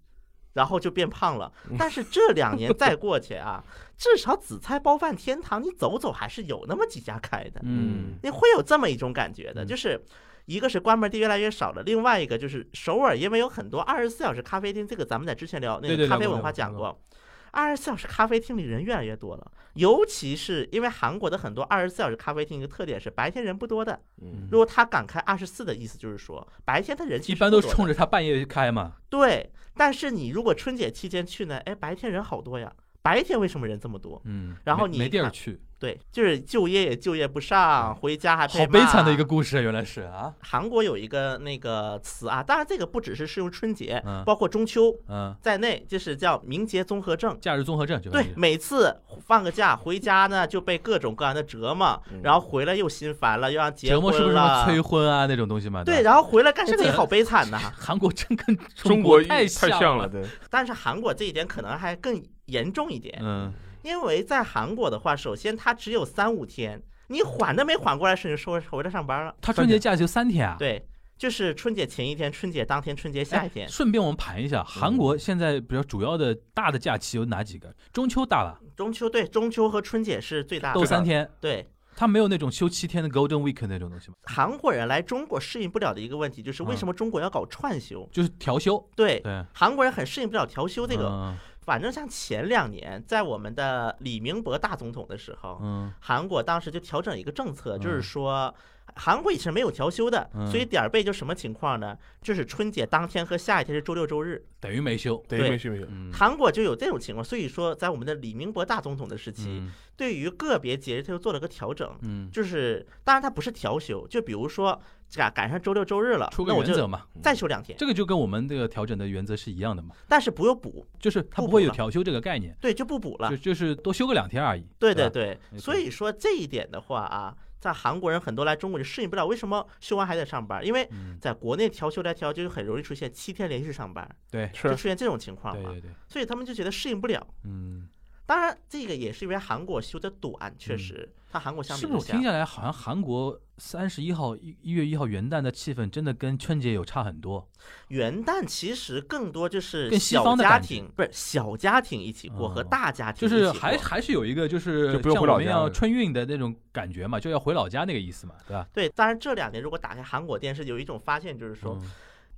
然后就变胖了。但是这两年再过去啊，至少紫菜包饭天堂，你走走还是有那么几家开的，
嗯
你会有这么一种感觉的，
嗯
就是。一个是关门的越来越少了，另外一个就是首尔，因为有很多二十四小时咖啡厅，这个咱们在之前聊那
对
个
对
咖啡
聊过
文化
聊过
讲
聊
过。二十四小时咖啡厅里人越来越多了，尤其是因为韩国的很多二十四小时咖啡厅一个特点是白天人不多的，
嗯
如果他敢开二十四的意思就是说白天他人气
一般都
不
是
多的
冲着他半夜开嘛。
对，但是你如果春节期间去呢，哎，白天人好多呀，白天为什么人这么多？
嗯，
然后
没
你
没地儿
看
去，
对，就是就业也就业不上，回家还被
好悲惨的
骂
一个故事啊，原来是啊，
韩国有一个那个词啊，当然这个不只是适用春节，
嗯
包括中秋
嗯，
在内，就是叫名节综合症。
假日综合症就
对，每次放个假回家呢，就被各种各样的折磨，
嗯
然后回来又心烦了，又要结
折磨是不
婚
是什么
了，
催婚啊那种东西嘛？
对，
吧，
然后回来干
哎
这个也
这
好悲惨呐。
韩国真跟
中
国
国太
像
像了，。对，
但是韩国这一点可能还更严重一点，
嗯
因为在韩国的话，首先它只有三五天，你缓都没缓过来时，你说回来上班了。，
他春节假期就三天啊。
对，就是春节前一天、春节当天、春节下一天
哎。顺便我们盘一下，韩国现在比较主要的大的假期有哪几个？中秋大吧，
中秋对，中秋和春节是最大的
都三。天，
对，
他没有那种休七天的 Golden Week 那种东西嘛，
韩国人来中国适应不了的一个问题就是为
嗯
什么中国要搞串休？
就是调休。
对，
对，
韩国人很适应不了调休这个。
嗯
反正像前两年，在我们的李明博大总统的时候，
嗯
韩国当时就调整一个政策，就是
嗯
说。韩国以前没有调休的，
嗯
所以点儿背就什么情况呢？就是春节当天和下一天是周六周日，
等于没休。
对，
对
没事没事，
嗯，
韩国就有这种情况。所以说，在我们的李明博大总统的时期，
嗯
对于个别节日他又做了个调整，
嗯，
就是当然它不是调休，就比如说赶赶上周六周日了，
出个
那我
原则
就
嘛，
再休两天，
这个就跟我们这个调整的原则是一样的嘛，
但是不用补，
就是它
不
不会
补
有
了
调休这个概念，
对，就不补了
就。就是多休个两天而已。
对
对
对对，
吧没错
所以说这一点的话啊，在韩国人很多来中国就适应不了，为什么休完还得上班？因为
嗯，
在国内调休来调，就很容易出现七天连续上班，
对，
就是出现这种情况
对
嘛，
对对，
所以他们就觉得适应不了。
嗯，
当然，这个也是因为韩国休的短，确实，它韩国相比
是不是我
之下
听下来好像韩国三十一号一一月一号元旦的气氛真的跟春节有差很多？
元旦其实更多就是
更西
小
方的
家
感觉
庭，不是小家庭一起过和
嗯
大家
就
庭一起
是
过，
还还是有一个就是
就不用回
像我
老
们一
家
样
了
春运的那种感觉嘛，就要回老家那个意思嘛，对吧？
对。当然这两年如果打开韩国电视，有一种发现就是说，
嗯啊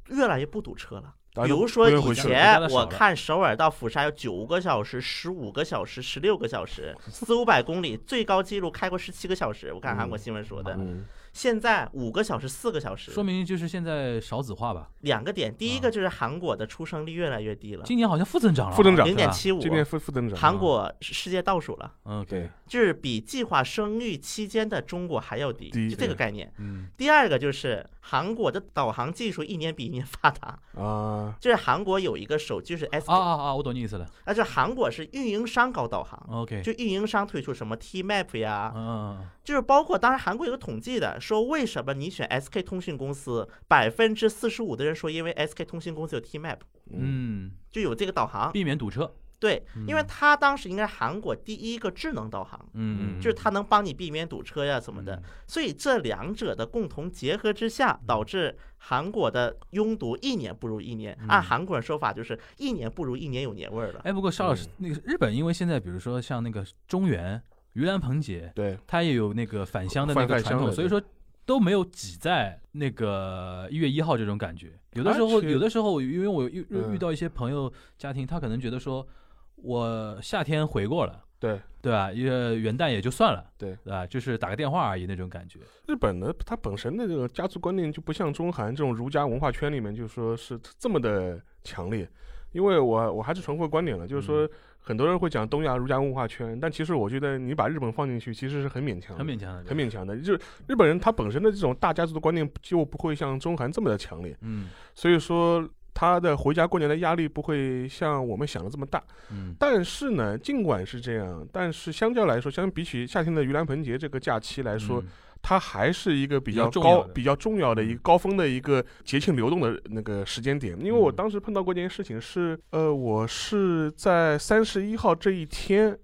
越来越不堵车了。
大家
比
都
如说
不用回
以
去
前
了回家的少
我
了
看首尔到釜山有九个小时、十五个小时、十六个小 时，四五百公里，最高记录开过十七个小时。我看韩国新闻说的，
嗯
现在五个小时、四个小时
说，明就是现在少子化吧，
两个点。第一
啊
个就是韩国的出生率越来越低了，
今年好像负增长了，
负增长
零
是
点
吧
七五
这，边负负增长，
韩国是世界倒数了。
嗯，
对，
就是比计划生育期间的中国还要低，
低
就这个
对
概念。
嗯
第二个就是韩国的导航技术一年比一年发达，
啊，
就是韩国有一个手机是 S，
啊啊啊，我懂你意思了
而且韩国是运营商搞导
啊
航，
，OK，
就运营商推出什么 T Map 呀，
嗯嗯嗯嗯
就是包括当时韩国有个统计的，说为什么你选 SK 通讯公司，百分之四十五的人说因为 SK 通讯公司有 TMAP，
嗯，
就有这个导航。
避免堵车，
对，因为它当时应该是韩国第一个智能导航，
嗯，
就是它能帮你避免堵车呀什么的。所以这两者的共同结合之下，导致韩国的拥堵一年不如一年。按韩国人说法，就是一年不如一年有年味儿了。
嗯哎，不过邵老
嗯
师，那个日本，因为现在比如说像那个中原盂兰盆节，
对，
它也有那个返乡的那
返
个
返
传
乡
统，
的
所以
对
说都没有挤在那个一月一号这种感觉。有的
而
时候，
且
有的时候，因为我遇遇
嗯
到一些朋友家庭，他可能觉得说，我夏天回过了，
对
对吧？也元旦也就算了，
对
对吧？就是打个电话而已那种感觉。
日本呢，它本身的这个家族观念就不像中韩这种儒家文化圈里面，就是说是这么的强烈。因为我我还是重复观点了，就是
嗯
说很多人会讲东亚儒家文化圈，但其实我觉得你把日本放进去，其实是很勉强的，
很勉强的，
很勉强的。就是日本人他本身的这种大家族的观念就不会像中韩这么的强烈，
嗯
所以说他的回家过年的压力不会像我们想的这么大。
嗯
但是呢，尽管是这样，但是相较来说，相比起夏天的盂兰盆节这个假期来
来
说，，它还是一个比较
嗯比较重
高
要、的嗯
比较重要的一个高峰的一个节庆流动的那个时间点。因为
嗯
我当时碰到过一件事情是，呃，我是在三十一号这一天，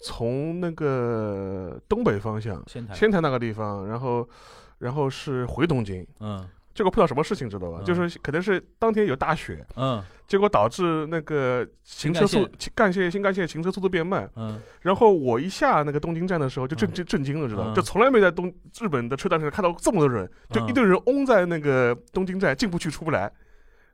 从那个东北方向
仙台，
仙台那个地方，然后，然后是回东京。
嗯
结果碰到什么事情知道吧？
嗯
就是可能是当天有大雪，
嗯
结果导致那个行车
新
速新干
干
线新干线行车速度变慢，
嗯，
然后我一下那个东京站的时候就震震震惊了，知道吗？
嗯
就从来没在东日本的车站上看到这么多人，就一堆人拥在那个东京站进不去出不来，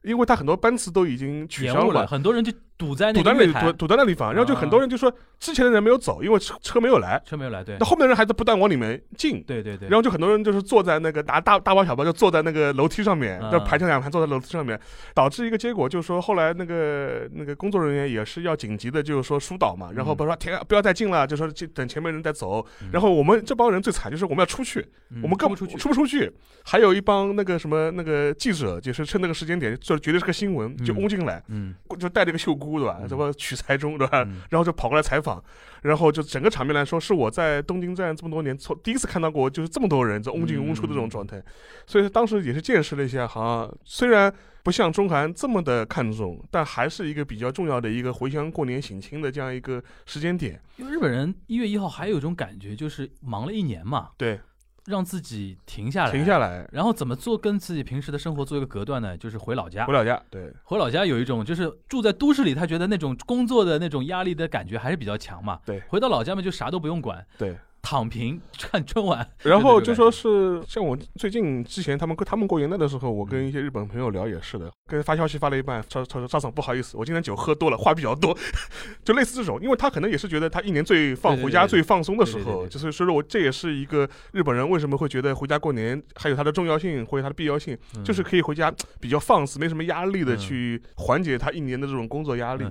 因为他很多班次都已经取
延
消
误了，。很多人就啊堵在
堵在
那个
那
月
里，
台
堵，堵在那地方，然后就很多人就说之前的人没有走，因为车车没有来，
车没有来，对
那后面的人还在不断往里面进，
对对对，
然后就很多人就是坐在那个拿大大包小包就坐在那个楼梯上面，
嗯
就排成两排坐在楼梯上面，导致一个结果就是说后来那个那个工作人员也是要紧急的，就是说疏导嘛，然后
嗯
不说停啊，不要再进了，就说这等前面人再走
嗯。
然后我们这帮人最惨就是我们要出去，
嗯
我们
出
更
不出去，
出不出去。还有一帮那个什么那个记者，就是趁那个时间点，这绝对是个新闻，就
嗯
嗡进来，
嗯，
就带着个秀姑对吧？
嗯
什么取材中对吧？
嗯
然后就跑过来采访，然后就整个场面来说，是我在东京站这么多年从第一次看到过，就是这么多人在嗡进嗡出的这种状态，所以当时也是见识了一下，好像虽然不像中韩这么的看重，但还是一个比较重要的一个回乡过年省亲的这样一个时间点。
因为日本人一月一号还有一种感觉，就是忙了一年嘛，
对，
让自己停下来，
停下来
然后怎么做跟自己平时的生活做一个隔断呢？就是回老家
回。老家，对，
回老家有一种就是住在都市里，他觉得那种工作的那种压力的感觉还是比较强嘛。
对
回到老家嘛就啥都不用管，
对，
躺平 看春晚。
然后就
就这个
说是像我最近之前他们跟他们过元旦的时候，我
嗯
跟一些日本朋友聊也是的，跟发消息发了一半，他他说张总不好意思，我今天酒喝多了，话比较多， 就类似这种，因为他可能也是觉得他一年最放
对对
回
对
家
对
最放松的时
对对对
候，
对
就是所以说我这也是一个日本人为什么会觉得回家过年还有它的重要性或者它的必要性，
嗯
就是可以回家比较放肆，没什么压力的
嗯
去缓解他一年的这种工作压力。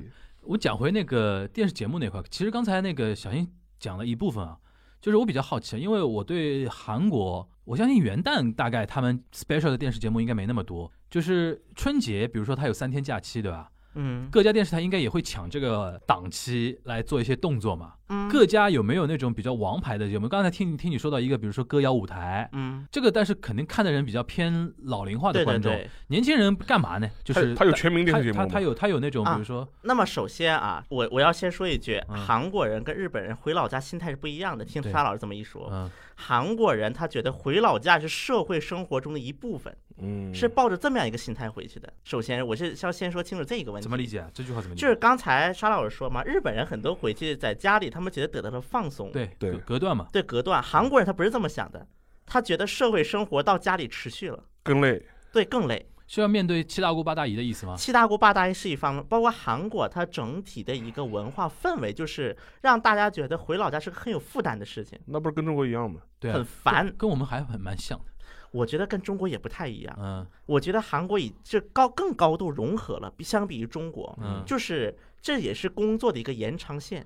我讲回那个电视节目那块儿，其实刚才那个小新讲了一部分啊，就是我比较好奇，因为我对韩国，我相信元旦大概他们 special 的电视节目应该没那么多，就是春节，比如说它有三天假期，对吧？
嗯，
各家电视台应该也会抢这个档期来做一些动作嘛。
嗯
各家有没有那种比较王牌的节目？刚才听你听你说到一个，比如说歌谣舞台，
嗯，
这个但是肯定看的人比较偏老龄化的
对对
观众，
对。
年轻人干嘛呢？就
他
是
他有全民电视节目
他
吗，
他他有他有那种，比
啊
如说，
那么首先啊，我我要先说一句，
嗯
韩国人跟日本人回老家心态是不一样的。听
对
沙老师这么一说，
嗯
韩国人他觉得回老家是社会生活中的一部分，
嗯
是抱着这么样一个心态回去的。首先，我是要先说清楚这个问题
怎。么理解啊？这句话怎么理解？
就是刚才沙老师说嘛，日本人很多回去在家里，他们觉得得到了放松，
对
对
隔隔断嘛，
对隔断。韩国人他不是这么想的，他觉得社会生活到家里持续了，
更累，
对更累。
需要面对七大姑八大姨的意思吗？
七大姑八大姨是一方面，包括韩国它整体的一个文化氛围，就是让大家觉得回老家是个很有负担的事情，
那不是跟中国一样吗？
对啊，
很烦。
跟我们还很蛮像的。
我觉得跟中国也不太一样，
嗯
我觉得韩国已这高更高度融合了，比相比于中国，
嗯，
就是这也是工作的一个延长线。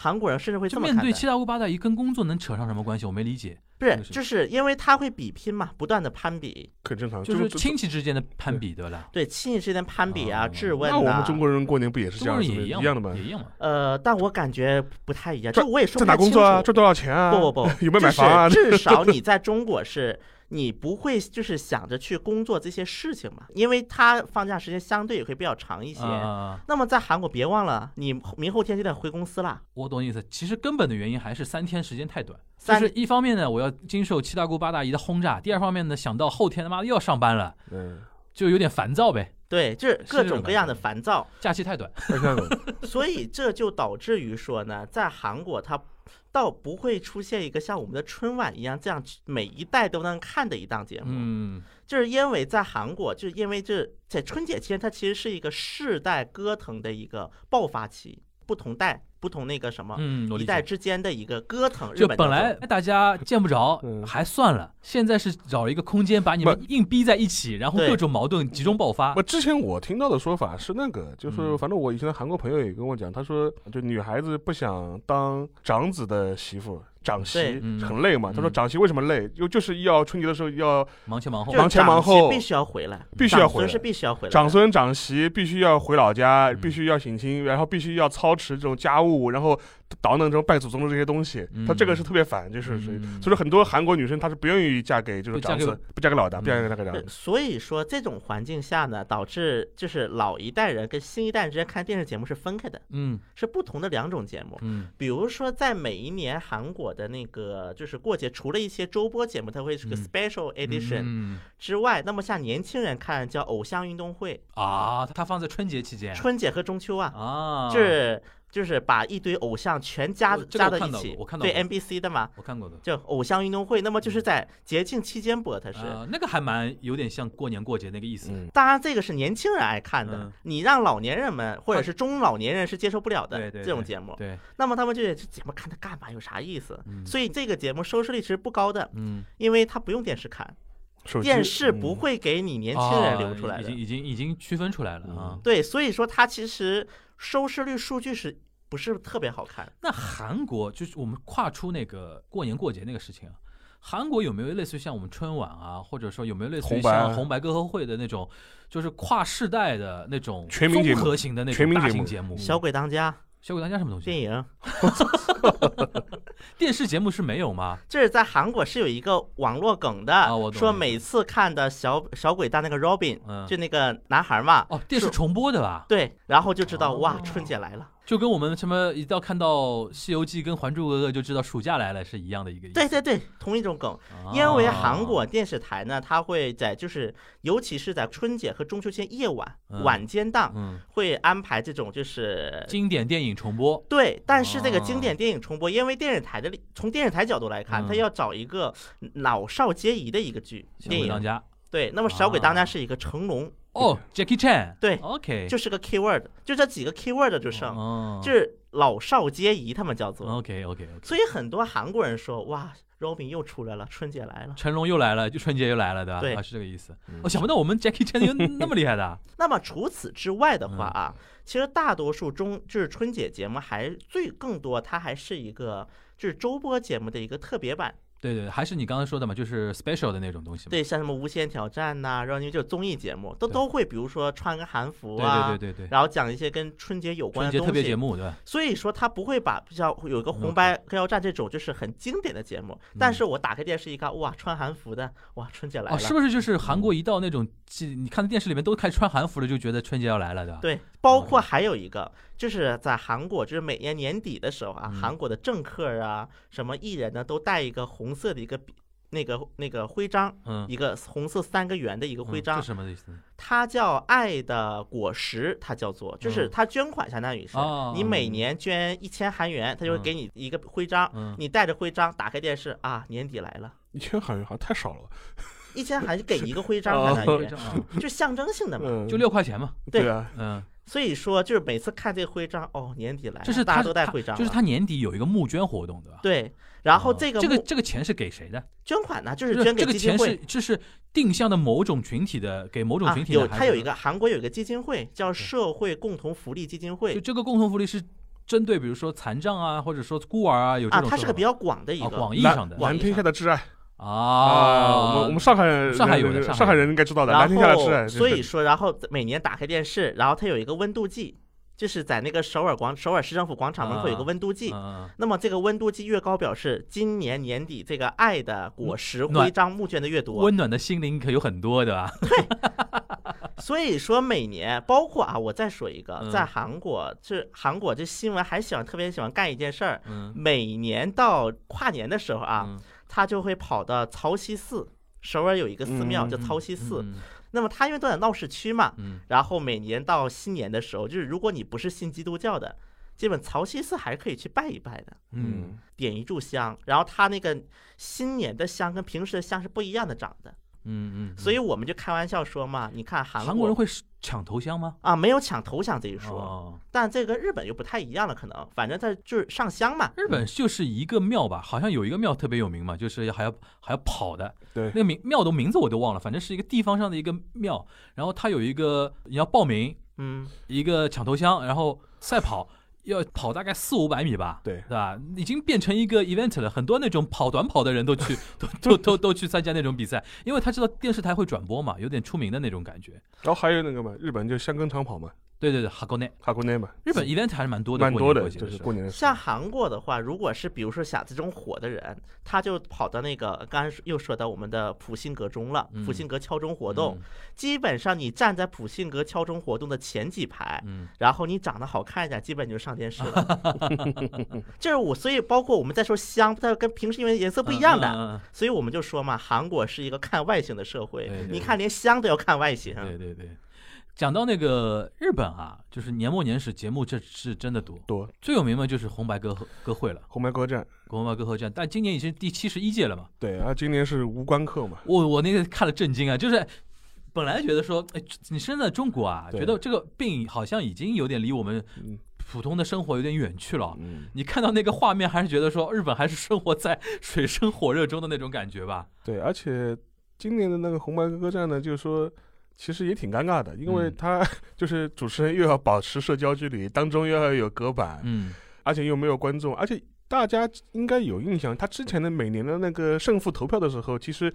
韩国人甚至会这
就
么
面
看
对
待。
七大姑八大姨跟工作能扯上什么关系？我没理解，
不
这
是
个，是
就是因为他会比拼嘛，不断的攀比，
很正常，
就是
这
亲戚之间的攀比，对吧？
对亲戚之间攀比啊、
哦
质问
那
啊。
我们中国人过年不也是这
中
样子
国
吗
人也
一
样
样的吗？
也一样嘛。
呃，但我感觉不太一样，这
赚
个我也说
在
不
哪
太
工
清
作啊？
楚。
赚多少钱啊？
不不不，
有没有买房啊？
就是至少你在中国是。你不会就是想着去工作这些事情嘛？因为他放假时间相对也会比较长一些。
啊，
那么在韩国，别忘了你明后天就得回公司了。
我懂你意思。其实根本的原因还是三天时间太短，就
三
是一方面呢，我要经受七大姑八大姨的轰炸；第二方面呢，想到后天他妈的又要上班了，
嗯，
就有点烦躁呗。
对，就是各
这种
种各
感
样
觉
的烦躁，
假期太短，
那这样 子，
所以这就导致于说呢，在韩国它倒不会出现一个像我们的春晚一样这样每一代都能看的一档节目，
嗯，
就是因为在韩国，就是因为这在春节期间，它其实是一个世代歌腾的一个爆发期，不同代不同那个什么。
嗯，我
一
理
代
解。
之间的一个歌腾，日
就
本
本
叫做
来大家见不着
嗯
还算了，现在是找了一个空间把你们硬逼在一起，然后
对
各种矛盾集中爆发
我。之前我听到的说法是那个，就是
嗯
反正我以前的韩国朋友也跟我讲，他说就女孩子不想当长子的媳妇。长媳
对
嗯
很累嘛？他说
嗯
长媳为什么累？又就是要春节的时候要
忙前忙后
就是，
忙前忙
长媳
后
必须要回来，
必须要
长
回
孙
来
是必须要回来的，
长孙长媳必须要回老家，
嗯
必须要省亲，然后必须要操持这种家务，然后倒腾这种拜祖宗的这些东西。
嗯
他这个是特别烦，就是所以
嗯
所以说很多韩国女生她是不愿意嫁给就是
不嫁
长
给
孙，不嫁给老大，
嗯
不嫁给那个长
对，
子。
所以说这种环境下呢，导致就是老一代人跟新一代人之间看电视节目是分开的，
嗯
是不同的两种节目。
嗯
比如说，在每一年韩国的那个就是过节，除了一些周播节目，它会是个
嗯
special edition
嗯
之外，那么像年轻人看叫偶像运动会、
啊，他放在春节期间
春节和中秋啊，
哎啊，
就是就是把一堆偶像全加
我这
加
个我
到
看
一
到
起
过我看，到
对
过
NBC 的嘛，
我看过的，
就偶像运动会，那么就是在节庆期间播，它是。
啊，那个还蛮有点像过年过节那个意思。
嗯，
当然，这个是年轻人爱看的，
嗯
你让老年人们或者
他
是中老年人是接受不了的
对对
这种节目。
对，
那么他们就觉得这节目看它干嘛，有啥意思？
嗯
所以这个节目收视率其实不高的，
嗯，
因为它不用电视看，
手机
电视不
嗯
会给你年轻人留出
啊
来
已
的。
经已经已经区分出来了啊
嗯。
对，所以说它其实收视率数据是不是特别好看？
那韩国就是我们跨出那个过年过节那个事情啊，韩国有没有类似于像我们春晚啊，或者说有没有类似于
红白啊
像红白歌合会的那种，就是跨世代的那种
全民节目
综合型的那
全
种
民
大
节目
型节目？
小鬼当家
小鬼当家什么东
电
西？
影，
电视节目是没有吗？
这是在韩国是有一个网络梗的，
啊我懂
说
了
每次看的小小鬼当那个 Robin，、
嗯
就那个男孩嘛，
哦，电视
是
重播的吧？
对，然后就知道、哇，
哦
春节来了。
就跟我们什么一到看到《西游记》跟《还珠格格》就知道暑假来了是一样的一个意思。
对对对，同一种梗。
啊，
因为韩国电视台呢，它会在就是，尤其是在春节和中秋节夜晚、
嗯
晚间档，
嗯，
会安排这种就是。
经典电影重播，
对，但是这个
哦
经典电影重播，因为电视台的从电视台角度来看，
嗯
它要找一个嗯老少皆宜的一个剧
小
电
鬼当
影。
家
对，那么《小鬼当家
啊》
是一个成龙，
哦，Jackie Chan，
对
，OK，
就是个 keyword，就这几个 keyword 就剩，
哦，
就是老少皆宜，他们叫做。
OK OK OK，
所以很多韩国人说：“哇，Robin 又出来了，春节来了。
成龙又来了，就春节又来了，对吧？
对
啊，是这个意思
嗯。
我想不到我们 Jackie Chan 有那么厉害的啊，”
那么除此之外的话啊，
嗯
其实大多数中就是春节节目还最更多，它还是一个就是周播节目的一个特别版，
对对，对还是你刚才说的嘛，就是 special 的那种东西嘛。
对，像什么无限挑战呐、然后你就综艺节目都
对
都会，比如说穿个韩服啊，
对对对对对，
然后讲一些跟春节有关
春
的
节
东西。
特别节目，对吧？
所以说他不会把像有一个红白歌谣战这种就是很经典的节目，但是我打开电视一看，哇，穿韩服的，哇，春节来了，
嗯哦，是不是就是韩国一到那种季，你看电视里面都开始穿韩服了，就觉得春节要来了，对吧？
对，包括还有一个，就是在韩国，就是每年年底的时候啊，
嗯
韩国的政客啊，什么艺人呢，都带一个红色的一个笔那个那个徽章，
嗯，
一个红色三个圆的一个徽
嗯
章
这是，什么意思？
它叫“爱的果实”，它叫做，就是
嗯
它捐款相当于是
哦
你 每年捐一千韩元，它就会
嗯
给你一个徽章，
嗯
你带着徽章打开电视啊，年底来了，
一千韩元好像太少了吧，一
一千韩元给一个徽章，
哦
相当于
啊
就象征性的嘛。
嗯，
就六块钱嘛，
对
对啊，
嗯，
所以说，就是每次看这个徽章，哦，年底来了，
这是
大家
他
都带徽章了，
就是他年底有一个募捐活动，对吧？
对，然后
哦
这个
这个
募
这个钱是给谁的？
捐款呢，就
就是是
捐给
这个
基金
钱是
会
就是定向的某种群体的，给某种
啊
群，体的。
有
还
它
是
有一个韩国有一个基金会叫社会共同福利基金
就
会，
这个共同福利是针对比如说残障啊，或者说孤儿啊，有这
啊，
种
它是
说
个
法
比较广的一
啊
个
广义
蓝
上的
广
蓝
义
天下
上
的挚爱
啊，
我们我们上海人
上海有的上海有的
上海人应该知道的，蓝
然
天下的挚爱
后
这是。
所以说，然后每年打开电视，然后它有一个温度计，就是在那个首尔广首尔市政府广场门口有一个
啊
温度计。
嗯，
那么这个温度计越高，表示今年年底这个爱的果实
暖
徽章募捐的越多。
温暖的心灵可有很多，啊对吧？
所以说每年，包括啊，我再说一个
嗯，
在韩国，这韩国这新闻还喜欢特别喜欢干一件事儿，
嗯
每年到跨年的时候啊，
嗯
他就会跑到曹溪寺，首尔有一个寺庙
嗯
叫曹溪寺，
嗯
那么他因为都在闹市区嘛，
嗯，
然后每年到新年的时候，就是如果你不是信基督教的，基本曹溪寺还是可以去拜一拜的。
嗯，
点一炷香，然后他那个新年的香跟平时的香是不一样的长的，
嗯嗯，
所以我们就开玩笑说嘛，你看韩
韩国人会抢头香吗？
啊，没有抢头香这一说，
哦，
但这个日本又不太一样了，可能反正它就是上香嘛。
日本就是一个庙吧，好像有一个庙特别有名嘛，就是还要还要跑的。
对
那个名庙的名字我都忘了，反正是一个地方上的一个庙，然后它有一个你要报名，
嗯，
一个抢头香，然后赛跑，要跑大概四五百米吧，
对
对吧？已经变成一个 event 了，很多那种跑短跑的人都去 都都都都去参加那种比赛，因为他知道电视台会转播嘛，有点出名的那种感觉。
然后还有那个嘛，日本就香根长跑嘛，
对对对，哈国内
哈国内嘛，
日本 event 还是蛮多的，
蛮多的，
的，过节
就
的
是
时候
过年的时候
像韩国的话，如果是比如说想这种火的人，他就跑到那个刚才又说到我们的普信阁钟了，
嗯
普信阁敲钟活动，，基本上你站在普信阁敲钟活动的前几排，
嗯嗯
然后你长得好看一点，基本你就上电视了。 就是我，所以包括我们在说香，它跟平时因为颜色不一样的，
嗯嗯
所以我们就说嘛，韩国是一个看外形的社会，
对对
你看连香都要看外形。
嗯对对对。讲到那个日本啊，就是年末年始节目，这是真的多。
多
最有名嘛就是红白歌合歌会了，
红白歌战，
红白歌合战，但今年已经第七十一届了嘛。
对啊，今年是无关客嘛，
我我那个看了震惊啊，就是本来觉得说，哎，你身在中国啊，
对
觉得这个病好像已经有点离我们
嗯
普通的生活有点远去了。
嗯，
你看到那个画面，还是觉得说日本还是生活在 水深火热中的那种感觉吧？
对，而且今年的那个红白歌战呢，就是说。其实也挺尴尬的，因为
嗯
他 就是主持人又要保持社交距离，当中又要有隔板，
嗯，
而且又没有观众，而且大家应该有印象，他之前的每年的那个胜负投票的时候，其实。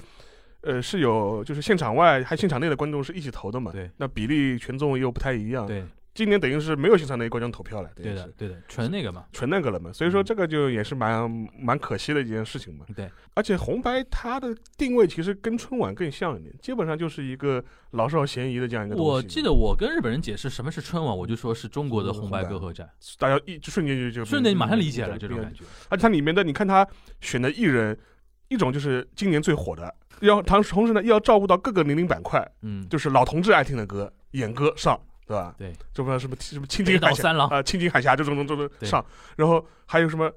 呃，是有，就是现场外还现场内的观众是一起投的嘛？
对，
那比例权重又不太一样。，
对，
今年等于是没有现场内观众投票了，等于
对的
是，
对的，纯那个嘛。
纯那个了嘛。所以说
嗯
这个就也是蛮蛮可惜的一件事情嘛。
对，
而且红白它的定位其实跟春晚更像一点，基本上就是一个老少咸宜的这样一个东西。
我记得我跟日本人解释什么是春晚，我就说是中国的红白歌合战，
大家一瞬间就就
瞬间马上理解了
嗯
这种
嗯
感觉。
而且它里面的，你看它选的艺人，一种就是今年最火的，要同同时呢又要照顾到各个年龄板块，
嗯，
就是老同志爱听的歌，演歌上，对吧？
对，
这不知道什么什么青
北
青海
岛
峡
三郎
啊，青青海峡这种这种这种
对
上，然后还有什么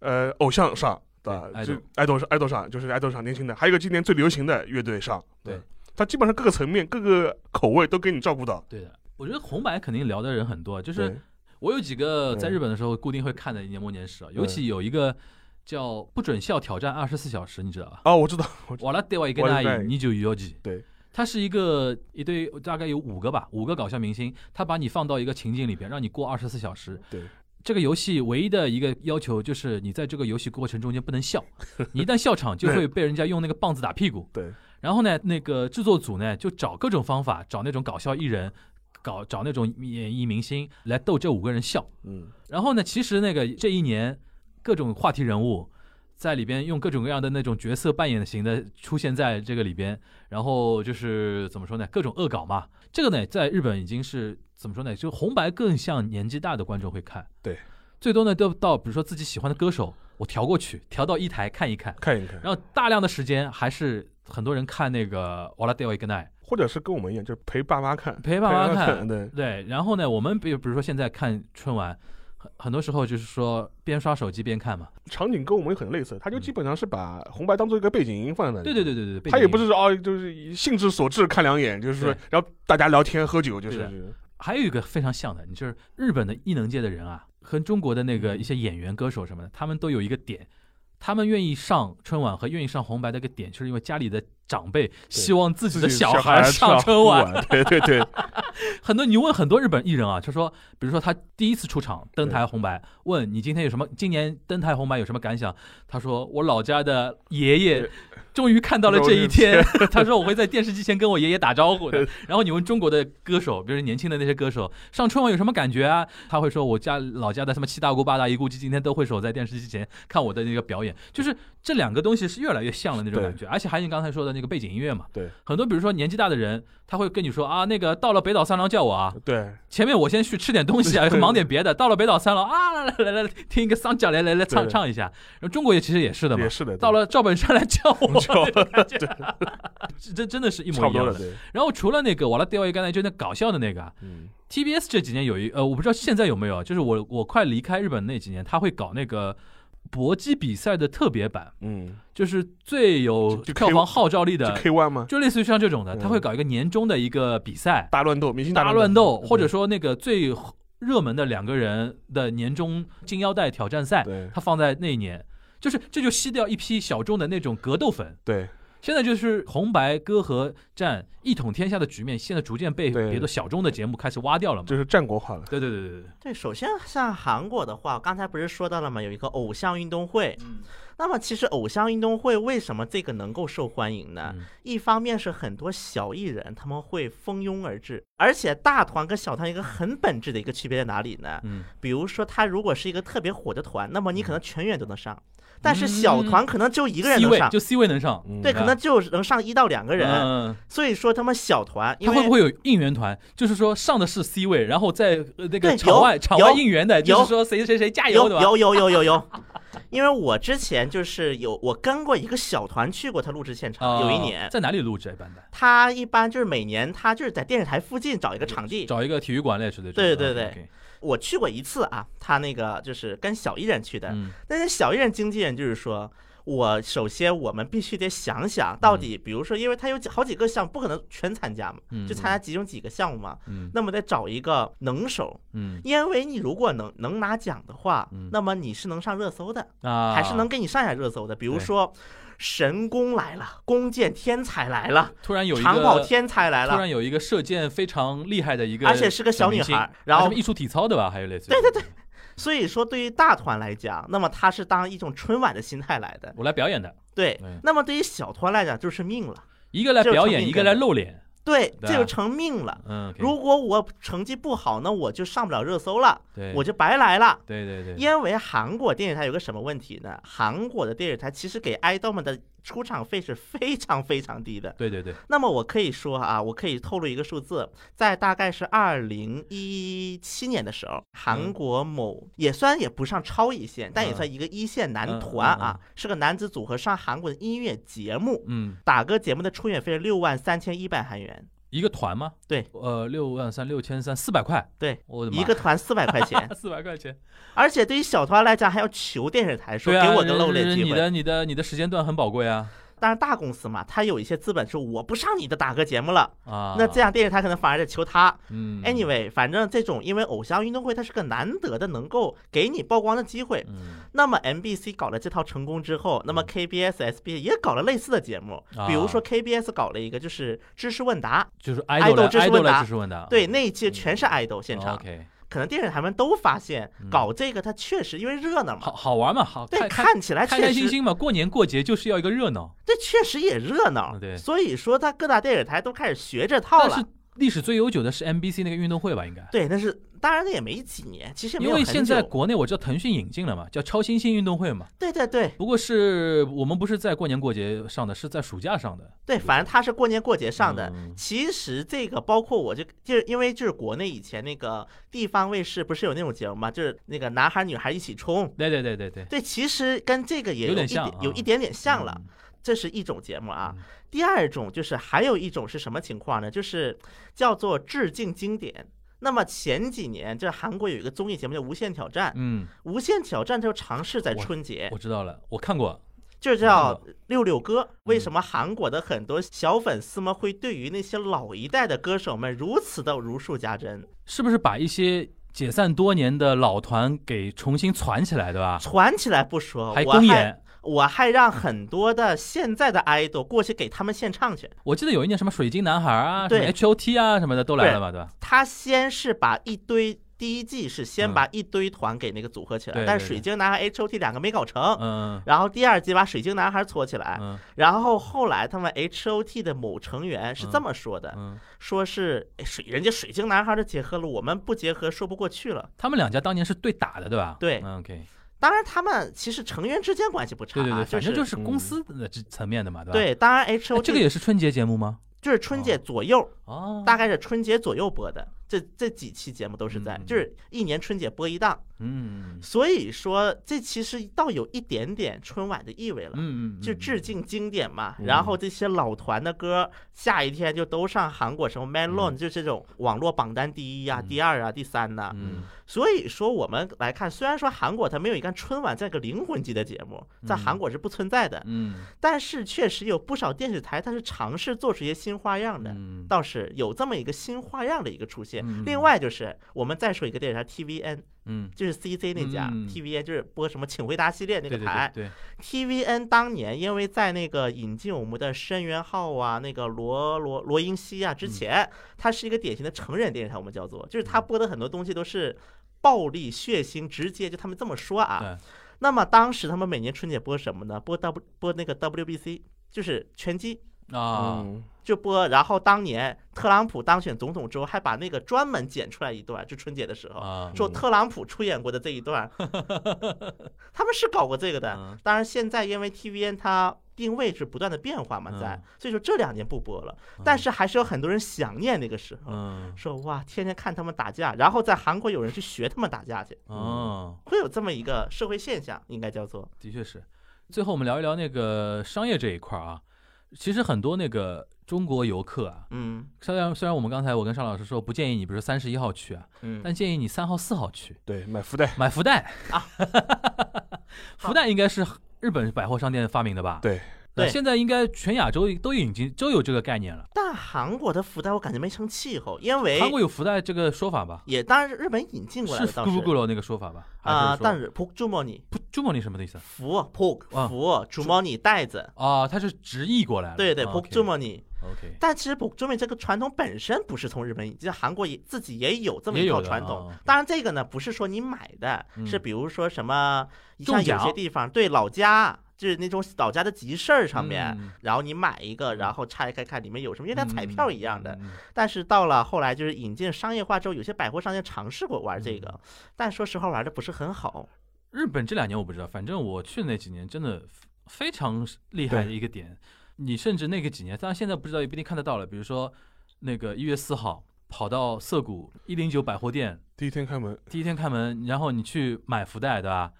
呃偶像上，对吧？
对
就
idol
爱豆上爱豆上就是爱豆上年轻的，还有一个今年最流行的乐队上，
对
吧。它基本上各个层面、各个口味都给你照顾到，
对的。我觉得红白肯定聊的人很多，就是
对
我有几个
嗯
在日本的时候固定会看的年末年始啊，尤其有一个叫“不准笑挑战二十四小时”，你知道吧？
哦，我知道，我知道
瓦拉德瓦伊跟
我
那
知道
伊你就有几
对。
它是一个一对大概有五个吧，五个搞笑明星，他把你放到一个情境里边，让你过二十四小时。
对，
这个游戏唯一的一个要求就是你在这个游戏过程中间不 能笑，你一旦笑场就会被人家用那个棒子打屁股。
对，
然后呢，那个制作组呢就找各种方法，找那种搞笑艺人，搞找那种演艺明星来逗这五个人笑。
嗯，
然后呢，其实那个这一年各种话题人物在里边用各种各样的那种角色扮演型的出现在这个里边，然后就是怎么说呢，各种恶搞嘛。这个呢，在日本已经是怎么说呢，就红白更像年纪大的观众会看，
对，
最多呢都到比如说自己喜欢的歌手，我调过去，调到一台看一看，
看一看，
然后大量的时间还是很多人看那个《瓦拉 a 瓦伊 n i
或者是跟我们一样，就是陪爸妈看，
陪爸妈
陪
看
对，
对，然后呢，我们比如比如说现在看春晚，很很多时候就是说边刷手机边看嘛。
场景跟我们很类似，他就基本上是把红白当做一个背景音放在那里。
嗯对对对对对，
他也不
是。
是说哦，就是以兴致所致看两眼，就是说
对，
然后大家聊天喝酒，就是
对还有一个非常像的，你就是日本的艺能界的人啊，和中国的那个一些演员、歌手什么的，他们都有一个点，他们愿意上春晚和愿意上红白的一个点，就是因为家里的长辈希望自己的
小
孩上春晚。
晚，对对 对，
很多你问很多日本艺人啊，就说，比如说他第一次出场登台红白，问你今天有什么，今年登台红白有什么感想？他说我老家的爷爷
对
终于看到了这一天，他说我会在电视机前跟我爷爷打招呼的。然后你问中国的歌手，比如说年轻的那些歌手，上春晚有什么感觉啊？他会说我家老家的什么七大姑八大姨，估计今天都会守在电视机前看我的那个表演。就是这两个东西是越来越像了那种
对
感觉，而且还有你刚才说的那个背景音乐嘛，
对
很多比如说年纪大的人，他会跟你说啊，那个到了北岛三郎叫我啊，
对
前面我先去吃点东西啊，
对
忙点别的。到了北岛三郎啊，来来来来，听一个桑角，来来来唱
对
唱一下。然后中国也其实也是的嘛
也，是的，对
到了赵本山来叫我，
叫
这这真的是一
差
模
不
一
多了，
样的。
对，
然后除了那个瓦拉迪奥伊甘奈，就那搞笑的那个啊
嗯，
TBS 这几年有一呃，我不知道现在有没有啊，就是我我快离开日本那几年，他会搞那个搏击比赛的特别版，
嗯，
就是最有
就就
票
K-
房号召力
就
的，
K one 吗？
就类似于像这种的，他
嗯
会搞一个年终的一个比赛。
大乱斗，明星
大乱
乱
斗，
对
或者说那个最热门的两个人的年终金腰带挑战赛，
对
它放在那一年，就是这就吸掉一批小众的那种格斗粉。
对
现在就是红白歌和战一统天下的局面，现在逐渐被
对
别的小众的节目开始挖掉了嘛。
就是战国化了，
对对对对对，
对，首先像韩国的话，刚才不是说到了嘛，有一个偶像运动会。
嗯
那么其实偶像运动会为什么这个能够受欢迎呢？
嗯
一方面是很多小艺人他们会蜂拥而至，而且大团跟小团一个很本质的一个区别在哪里呢？
嗯，
比如说他如果是一个特别火的团，那么你可能全员都能上，但是小团可能就一个人
C
能
嗯位
上，
就 C 位能上，
嗯
对，可能就能上一到两个人。
嗯，
所以说他们小团，因
他
为
会不会有应援团？就是说上的是 C 位，然后在呃那个
对
场
有
外场外
有
应援的，就
有
是说谁谁谁加油，
有
对吧？
有有有有有，因为我之前就是有我跟过一个小团去过他录制现场，
啊
有一年
在哪里录制啊一般的？
他一般就是每年他就是在电视台附近找一个场地，
找一个体育馆类似的这种。
对对对
OK，
我去过一次啊，他那个就是跟小艺人去的，
嗯
但是小艺人经纪人就是说。我首先，我们必须得想想到底，比如说，因为他有几好几个项目，不可能全参加嘛，
嗯
就参加其中几个项目嘛。
嗯
那么得找一个能手，
嗯
因为你如果能能拿奖的话
嗯，
那么你是能上热搜的。
啊，
还是能给你上一下热搜的。比如
对
说，神功来了，弓箭天才来了，
突然有一个
长跑天才来
突
了，
然有一个射箭非常厉害的一个，
而且是个小女孩。然
还有什
后
么，艺术体操的吧，还有类似对对对，
所以说对于大团来讲，那么他是当一种春晚的心态来的。
我来表演的，
对
嗯，
那么对于小团来讲就是命了。
一个来表演，
这个成品
一个来露脸，
对，
对啊
这就成命了。
嗯，OK，
如果我成绩不好，那我就上不了热搜了，
对，
我就白来了。
对对对，
因为韩国电视台有个什么问题呢？韩国的电视台其实给爱豆们的出场费是非常非常低的。
对对对，
那么我可以说啊，我可以透露一个数字，在大概是二零一七年的时候，
嗯
韩国某也虽然也不上超一线，但也算一个一线
嗯
男团啊，是个男子组合上韩国的音乐节目，
嗯，
打歌节目的出演费是六万三千一百韩元，
一个团吗？
对，
呃，六万三、六千三、四百块，
对，
我的妈，
一个团四百块钱
，四百块钱，
而且对于小团来讲，还要求电视台说
对
给
啊，
我个露脸机
你
会。
的你的你的时间段很宝贵啊
当然大公司嘛，他有一些资本说我不上你的打歌节目了，
啊，
那这样电视台可能反而得求他。
嗯
Anyway，反正这种因为偶像运动会它是个难得的能够给你曝光的机会。
嗯
那么 MBC 搞了这套成功之后，那么 KBS、SB 也搞了类似的节目，
啊
比如说 KBS 搞了一个就是知识问答，
就是
idol
来
知识
idol
问答
来知识问答，
对，那一届全是 idol 现
啊哦
场，
，OK，
可能电视台们都发现
嗯
搞这个它确实因为热闹嘛
好，好玩嘛，好
对，
看看
看起来
开
确
开心
实
心嘛，过年过节就是要一个热闹。
这确实也热闹
嗯，对
所以说它各大电视台都开始学这套
但
了
是，历史最悠久的是 MBC 那个运动会吧，应该。
对，但是当然那也没几年，其实也没
因
有
为
很
现在
久
国内我知道腾讯引进了嘛，叫超新星运动会嘛。
对对对
不过是我们不是在过年过节上的，是在暑假上的。
对，反正它是过年过节上的，
嗯
其实这个包括我就就是因为就是国内以前那个地方卫视不是有那种节目嘛，就是那个男孩女孩一起冲。
对对对对对，
对，其实跟这个也
有
有
点
一
像
点有
啊嗯
一点点像了，这是一种节目啊。第二种就是还有一种是什么情况呢？就是叫做致敬经典。那么前几年，就是韩国有一个综艺节目叫《无限挑战》，《
嗯。
无限挑战》就尝试在
我
春节
嗯，我知道了，我看过。
就是叫
嗯
六六哥。为什么韩国的很多小粉丝们会对于那些老一代的歌手们如此的如数家珍？
是不是把一些解散多年的老团给重新攒起来，对吧？
传起来不说，
还
哦我
公演，
我还让很多的现在的 idol 过去给他们献唱去。
我记得有一年什么水晶男孩啊，什
对
么 H O T 啊什么的都来了嘛，对吧？
他先是把一堆第一季是先
嗯
把一堆团给那个组合起来，
对
但
对
是
对
水晶男孩 H O T 两个没搞成。
嗯
然后第二季把水晶男孩搓起来，
嗯
然后后来他们 H O T 的某成员是这么说的，
嗯，
说是哎水人家水晶男孩的结合了，我们不结合说不过去了。
他们两家当年是对打的，对吧？
对
嗯，OK，
当然，他们其实成员之间关系不差、
对
啊，
对对，反正就是是公司的这层面的嘛，对吧？
对。当然
哎，
H O
这个
T
也是春节节目吗？
就是春节左右，
哦，
大概是春节左右播的，这这几期节目都是在，
嗯
就是一年春节播一档。
嗯
所以说，这其实倒有一点点春晚的意味了。
嗯嗯，
就
嗯
致敬经典嘛，
嗯
然后这些老团的歌，下一天就都上韩国什么 Melon，、就这种网络榜单第一呀、
嗯
第二啊、第三呐、
嗯
所以说我们来看，虽然说韩国它没有一个春晚这样一个灵魂级的节目，在
嗯
韩国是不存在的，
嗯
但是确实有不少电视台它是尝试做出一些新花样的。
嗯，
倒是有这么一个新花样的一个出现。
嗯
另外就是我们再说一个电视台 TVN，
嗯，
就是 CC 那家、
嗯
TVN，就是播什么《请回答》系列那个
对对
台。
对对，
TVN 当年因为在那个引进我们的申元浩啊、那个罗罗罗英熙
嗯
啊之前，它是一个典型的成人电视台，我们叫做，就是它播的很多东西都是暴力、血腥、直接，就他们这么说啊
对。
那么当时他们每年春节播什么呢？播 W 播那个 WBC，就是拳击。
啊，
嗯
就播，然后当年特朗普当选总统之后，还把那个专门剪出来一段，就春节的时候，
啊，
说特朗普出演过的这一 段，他们是搞过这个的。
嗯
当然，现在因为 TVN 它定位是不断的变化嘛，在
嗯，
所以说这两年不播了，但是还是有很多人想念那个时候，
嗯
说哇，天天看他们打架，然后在韩国有人去学他们打架去，
哦，
会有这么一个社会现象，应该叫做
的确是。最后我们聊一聊那个商业这一块儿啊，其实很多那个中国游客啊，
嗯
虽然虽然我们刚才我跟尚老师说不建议你，比如三十一号去啊，
嗯
但建议你三号、四号去
对，买福袋，
买福袋啊，福袋应该是日本百货商店发明的吧？
对
那
对
现在应该全亚洲都已经都有这个概念了。
但韩国的福袋我感觉没成气候，因为
韩国有福袋这个说法吧？
也当然是日本引进哎过来
是
的，倒
g o o
是
g l 那个说法吧？
啊，但
是
是 p o k j u m o n
不注梦你什么的意思啊
服 pok
啊
服 j u m o n 袋子，
啊？它是直译过来了。
对对 p o k j u
啊，OK
m o n
OK，
但其实 p o k j u m o n 这个传统本身不是从日本引进，韩国也自己也有这么
也
一
有
套
的
传
啊
统
，OK。
当然，这个呢不是说你买的，是
嗯
比如说什么
中
像有
奖
些地方对老家。就是那种老家的集市儿上面，
嗯
然后你买一个，然后拆开看里面有什么，就跟彩票一样的。
嗯嗯嗯
但是到了后来，就是引进商业化之后，有些百货商店尝试过玩这
嗯
个，但说实话玩的不是很好。
日本这两年我不知道，反正我去那几年真的非常厉害的一个点。你甚至那个几年，当然现在不知道也不一定看得到了。比如说那个一月四号跑到涩谷一零九百货店，
第一天开门，
第一天开门，然后你去买福袋，对吧？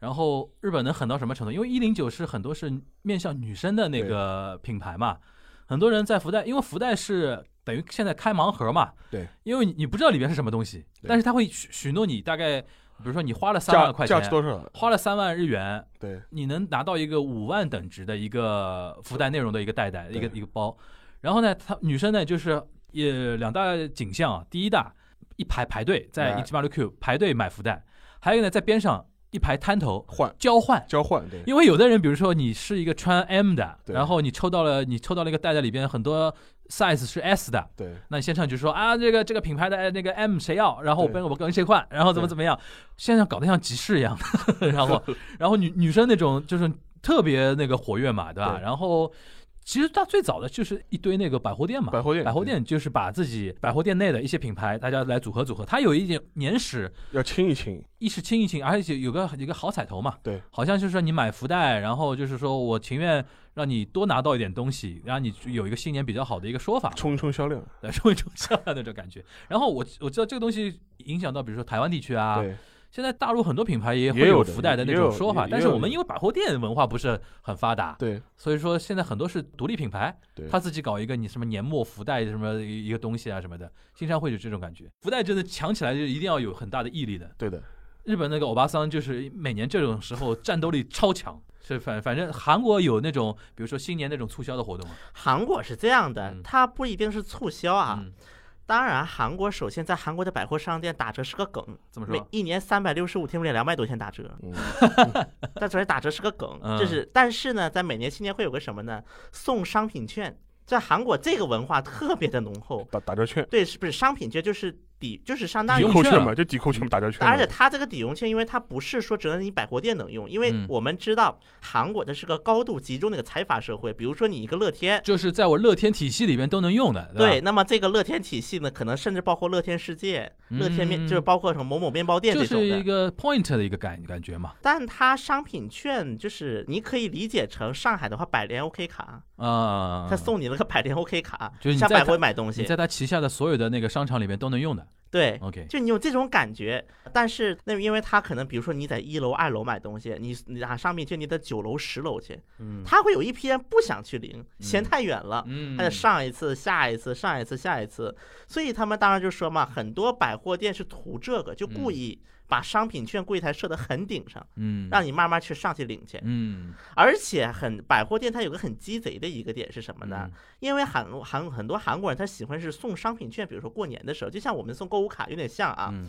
然后日本能狠到什么程度？因为一零九是很多是面向女生的那个品牌嘛，很多人在福袋，因为福袋是等于现在开盲盒嘛，
对，
因为你你不知道里面是什么东西，
对
但是他会许许诺你大概，比如说你花了三
价
万块
价值
钱，
多少？
花了三万日元，
对，
你能拿到一个五万等值的一个福袋内容的一个袋袋，一个
对
一个包。然后呢，她女生呢就是也两大景象啊，第一大一排排队在
买
一七八六 Q 排队买福袋，还有呢在边上一排摊头
换
交换。
交换，对，
因为有的人，比如说你是一个穿 M 的，
对
然后你抽到了你抽到了一个袋袋里边很多 size 是 S 的，
对，
那你现场就说啊这个这个品牌的哎那个 M 谁要，然后我
对
跟我跟谁换，然后怎么
对
怎么样，现场搞得像集市一样， 然后然后女女生那种就是特别那个活跃嘛，对吧？
对
然后其实它最早的就是一堆那个百货店 嘛，
百货店，
百货店就是把自己百货店内的一些品牌，大家来组合组合，它有一点年史，
对要清一清，
一是清一清，而且有个有个好彩头嘛，
对，
好像就是说你买福袋，然后就是说我情愿让你多拿到一点东西，让你有一个新年比较好的一个说法嘛，
冲一冲销量，
来冲一冲销量那种感觉。然后我我知道这个东西影响到比如说台湾地区啊，
对，
现在大陆很多品牌也会
也有的
福袋的那
也有
种说法，
也
但
也
是
有
我们因为百货店文化不是很发达，
对，
所以说现在很多是独立品牌
对，
他自己搞一个你什么年末福袋什么一个东西啊什么的，经常会有这种感觉。福袋真的抢起来就一定要有很大的毅力的。
对的，
日本那个欧巴桑就是每年这种时候战斗力超强。是反反正韩国有那种，比如说新年那种促销的活动嘛
韩国是这样的
嗯，
它不一定是促销啊，
嗯
当然，韩国首先在韩国的百货商店打折是个梗，
怎么
每
说？
一年三百六十五天，每两百多天打 折，
嗯
但所以打折是个梗，
嗯
就是但是呢，在每年新年会有个什么呢？送商品券，在韩国这个文化特别的浓厚，
打打折券，
对，是不是商品券就是抵，就是相当
抵
于
用。
扣
券
券
啊
嘛，就抵扣券嘛，打折券嘛。
而且它这个抵用券，因为它不是说只能你百货店能用，因为
嗯
我们知道韩国这是个高度集中的一个财阀社会，比如说你一个乐天，
就是在我乐天体系里边都能用的，
对，
吧？
那么这个乐天体系呢，可能甚至包括乐天世界、乐天面，
嗯
就是包括什么某某面包店
就
这种
是一
的。
个 point 的一个感感觉嘛，
但它商品券就是你可以理解成上海的话，百联 OK 卡，
啊、
他送你了个百联 OK 卡，
就是你
上
在
百
它
货买东
你
西，
在哦他旗下的所有的那个商场里边都能用的。
对。
OK，
就你有这种感觉，但是那因为他可能，比如说你在一楼、二楼买东西，你你拿商品券，你得九楼、十楼去，
嗯
他会有一批人不想去领，嫌
嗯
太远了，
嗯，
他就上一次、下一次、上一次、下一次，所以他们当然就说嘛，很多百货店是图这个，就故
嗯
意把商品券柜台设得很顶上，
嗯，
让你慢慢去上去领去。
嗯
而且很百货店它有个很鸡贼的一个点是什么呢
嗯？
因为韩韩很多韩国人他喜欢是送商品券，比如说过年的时候，就像我们送购物卡有点像啊。
嗯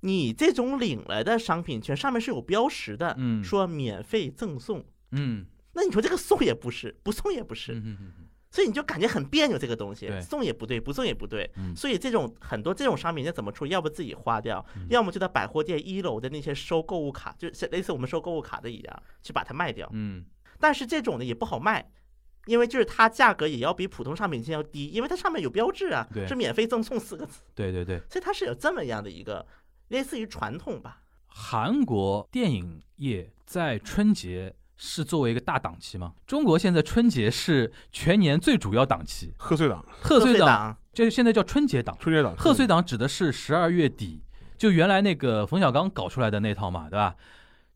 你这种领来的商品券上面是有标识的，
嗯
说免费赠送。
嗯
那你说这个送也不是，不送也不是，
嗯嗯嗯
所以你就感觉很别扭这个东西
对，
送也不对，不送也不对。
嗯
所以这种很多这种商品要怎么处理？要不自己花掉，
嗯
要么就在百货店一楼的那些收购物卡，就是类似我们收购物卡的一样，去把它卖掉。
嗯
但是这种呢也不好卖。因为就是它价格也要比普通商品券要低，因为它上面有标志啊
对，
是免费赠送四个字，
对对对，
所以它是有这么样的一个类似于传统吧。
韩国电影业在春节是作为一个大档期吗？中国现在春节是全年最主要档期，
贺岁档、
贺岁档
档，
就是现在叫春节档。
春节档、
贺岁档指的是十二月底，就原来那个冯小刚搞出来的那套嘛，对吧？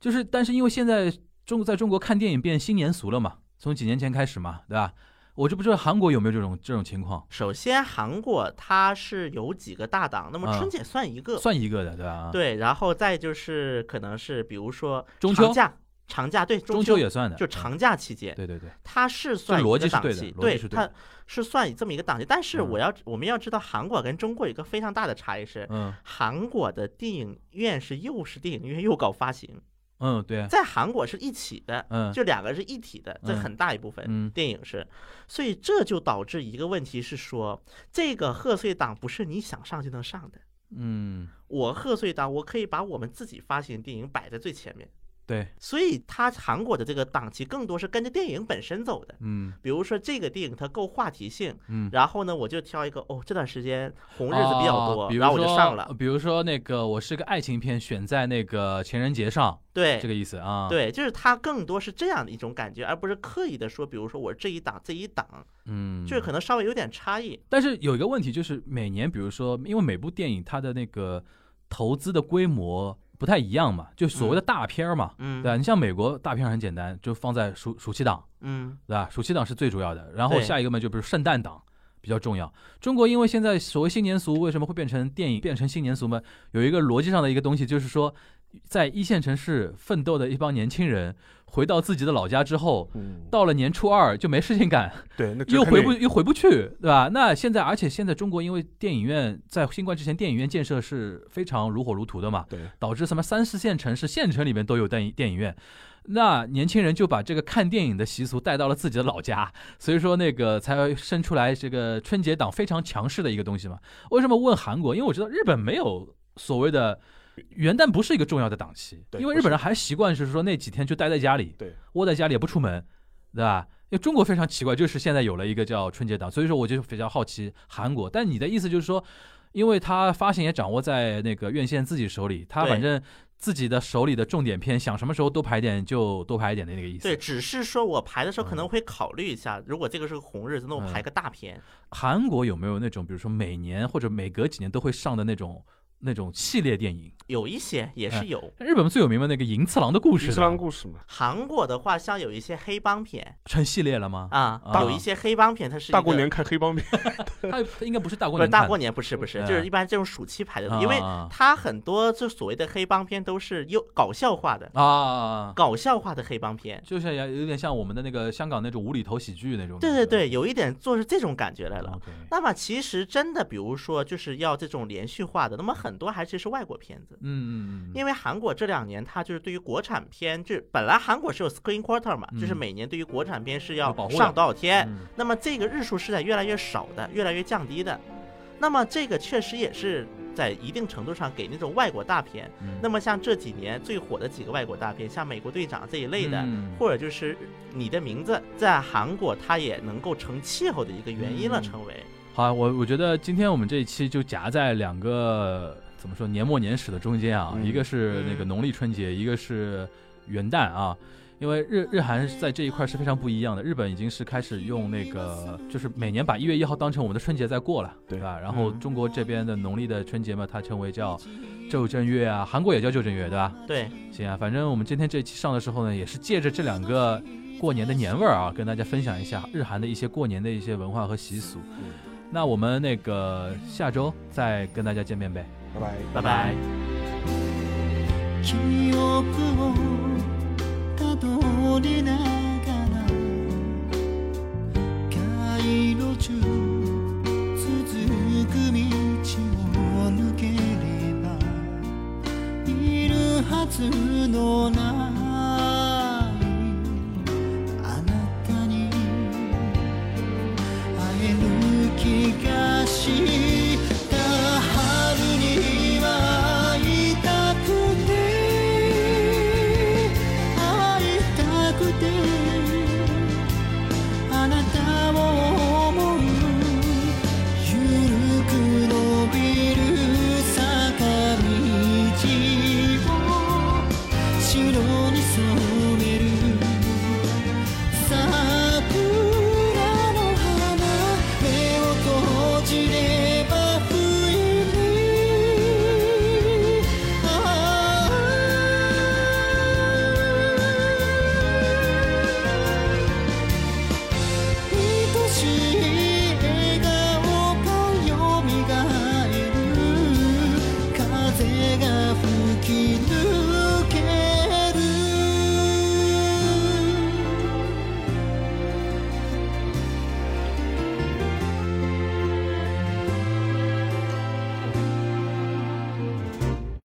就是，但是因为现在中在中国看电影变新年俗了嘛，从几年前开始嘛，对吧？我就不知道韩国有没有这种这种情况，
首先韩国它是有几个大档，那么
啊
春节算一个，
算一个的，对吧？，啊
对，然后再就是可能是比如说
中
长
秋
假，长假对
中
秋
也算的，
就
嗯。
长假期间，
对对对，
它是算一
逻
个
辑是
档
对的
期
逻辑是对
它
的
是算这么一个档期。但是
嗯
我要我们要知道，韩国跟中国有一个非常大的差异是，
嗯
韩国的电影院是又是电影院又搞发行，
嗯，对啊，
在韩国是一起的，
嗯
就两个是一体的，这
嗯
很大一部分。
嗯
电影是，所以这就导致一个问题是说，这个贺岁档不是你想上就能上的。
嗯，
我贺岁档，我可以把我们自己发行的电影摆在最前面，
对，
所以它韩国的这个档期更多是跟着电影本身走的。
嗯
比如说这个电影它够话题性，
嗯，
然后呢，我就挑一个哦，这段时间红日子比较多，
啊比如
然后我就
说
上了。
比如说那个，我是个爱情片，选在那个情人节上，
对
这，个意思啊。，
哎对，就是它更多是这样的一种感觉，而不是刻意的说，比如说我这一档这一档，
嗯，
就是可能稍微有点差异。
但是有一个问题就是，每年比如说，因为每部电影它的那个投资的规模不太一样嘛，就所谓的大片儿嘛，
嗯
对吧？你啊像美国大片儿很简单，就放在暑暑期档，
嗯，
对吧？暑期档是最主要的，然后
对
下一个嘛，就比如圣诞档。比较重要。中国因为现在所谓新年俗为什么会变成电影变成新年俗嘛？有一个逻辑上的一个东西，就是说，在一线城市奋斗的一帮年轻人回到自己的老家之后，
嗯，
到了年初二就没事情干，
对，那只
又
看
回
电
不
影
又回不去，对吧？那现在，而且现在中国因为电影院在新冠之前，电影院建设是非常如火如荼的嘛，
对，
导致什么三四线城市、县城里面都有电影电影院。那年轻人就把这个看电影的习俗带到了自己的老家，所以说那个才生出来这个春节档非常强势的一个东西嘛。为什么问韩国？因为我知道日本没有所谓的元旦不是一个重要的档期，
对
因为
不
日本
是
人还习惯是说那几天就待在家里，
对，
窝在家里也不出门，对吧？因为中国非常奇怪，就是现在有了一个叫春节档，所以说我就比较好奇韩国。但你的意思就是说，因为它发行也掌握在那个院线自己手里，它
对
反正自己的手里的重点片，想什么时候多排点就多排一点的那个意思。
对，，只是说我排的时候可能会考虑一下，如果这个是个红日子，那我排
嗯
个大片。
韩国有没有那种，比如说每年或者每隔几年都会上的那种那种系列电影。
有一些也
哎
是有。
日本最有名的那个《银次郎的故
伊
事》
斯兰故事嘛，
韩国的话，像有一些黑帮片
成系列了吗？
啊，
啊
有一些黑帮片，它是一
大过
个
年看黑帮片，
他应该不是大过
不是
年
大
看
过
的，
年不是不是，
嗯
就是一般这种暑期拍的，因为
啊
它很多就所谓的黑帮片都是又搞笑化的，
啊嗯啊，
搞笑化的黑帮片。
就是也有点像我们的那个香港那种无厘头喜剧那种感
对对
觉。
对，有一点做是这种感觉来了。
，OK，
那么其实真的，比如说就是要这种连续化的，那么很多还是是外国片子。
嗯嗯嗯，
因为韩国这两年，它就是对于国产片，就是本来韩国是有 screen quota 嘛，就是
嗯
每年对于国产片是要
有保护的
上多少天，
嗯
那么这个日数是在越来越少的，越来越降低的。那么这个确实也是在一定程度上给那种外国大片。
嗯
那么像这几年最火的几个外国大片，像《美国队长》这一类的，
嗯
或者就是你的名字在韩国它也能够成气候的一个原因了，
嗯
成为。
好，我我觉得今天我们这一期就夹在两个怎么说年末年始的中间啊，
嗯
一个是那个农历春节，一个是元旦啊。因为日日韩在这一块是非常不一样的，日本已经是开始用那个，就是每年把一月一号当成我们的春节在过了，
对
吧？然后
嗯
中国这边的农历的春节嘛，它称为叫旧正月啊，韩国也叫旧正月，对吧？
对，
行啊，反正我们今天这期上的时候呢，也是借着这两个过年的年味儿啊，跟大家分享一下日韩的一些过年的一些文化和习俗。那我们那个下周再跟大家见面呗，
拜拜。
拜拜。
記憶をたどりながら街路中続く道を抜ければいるはずのない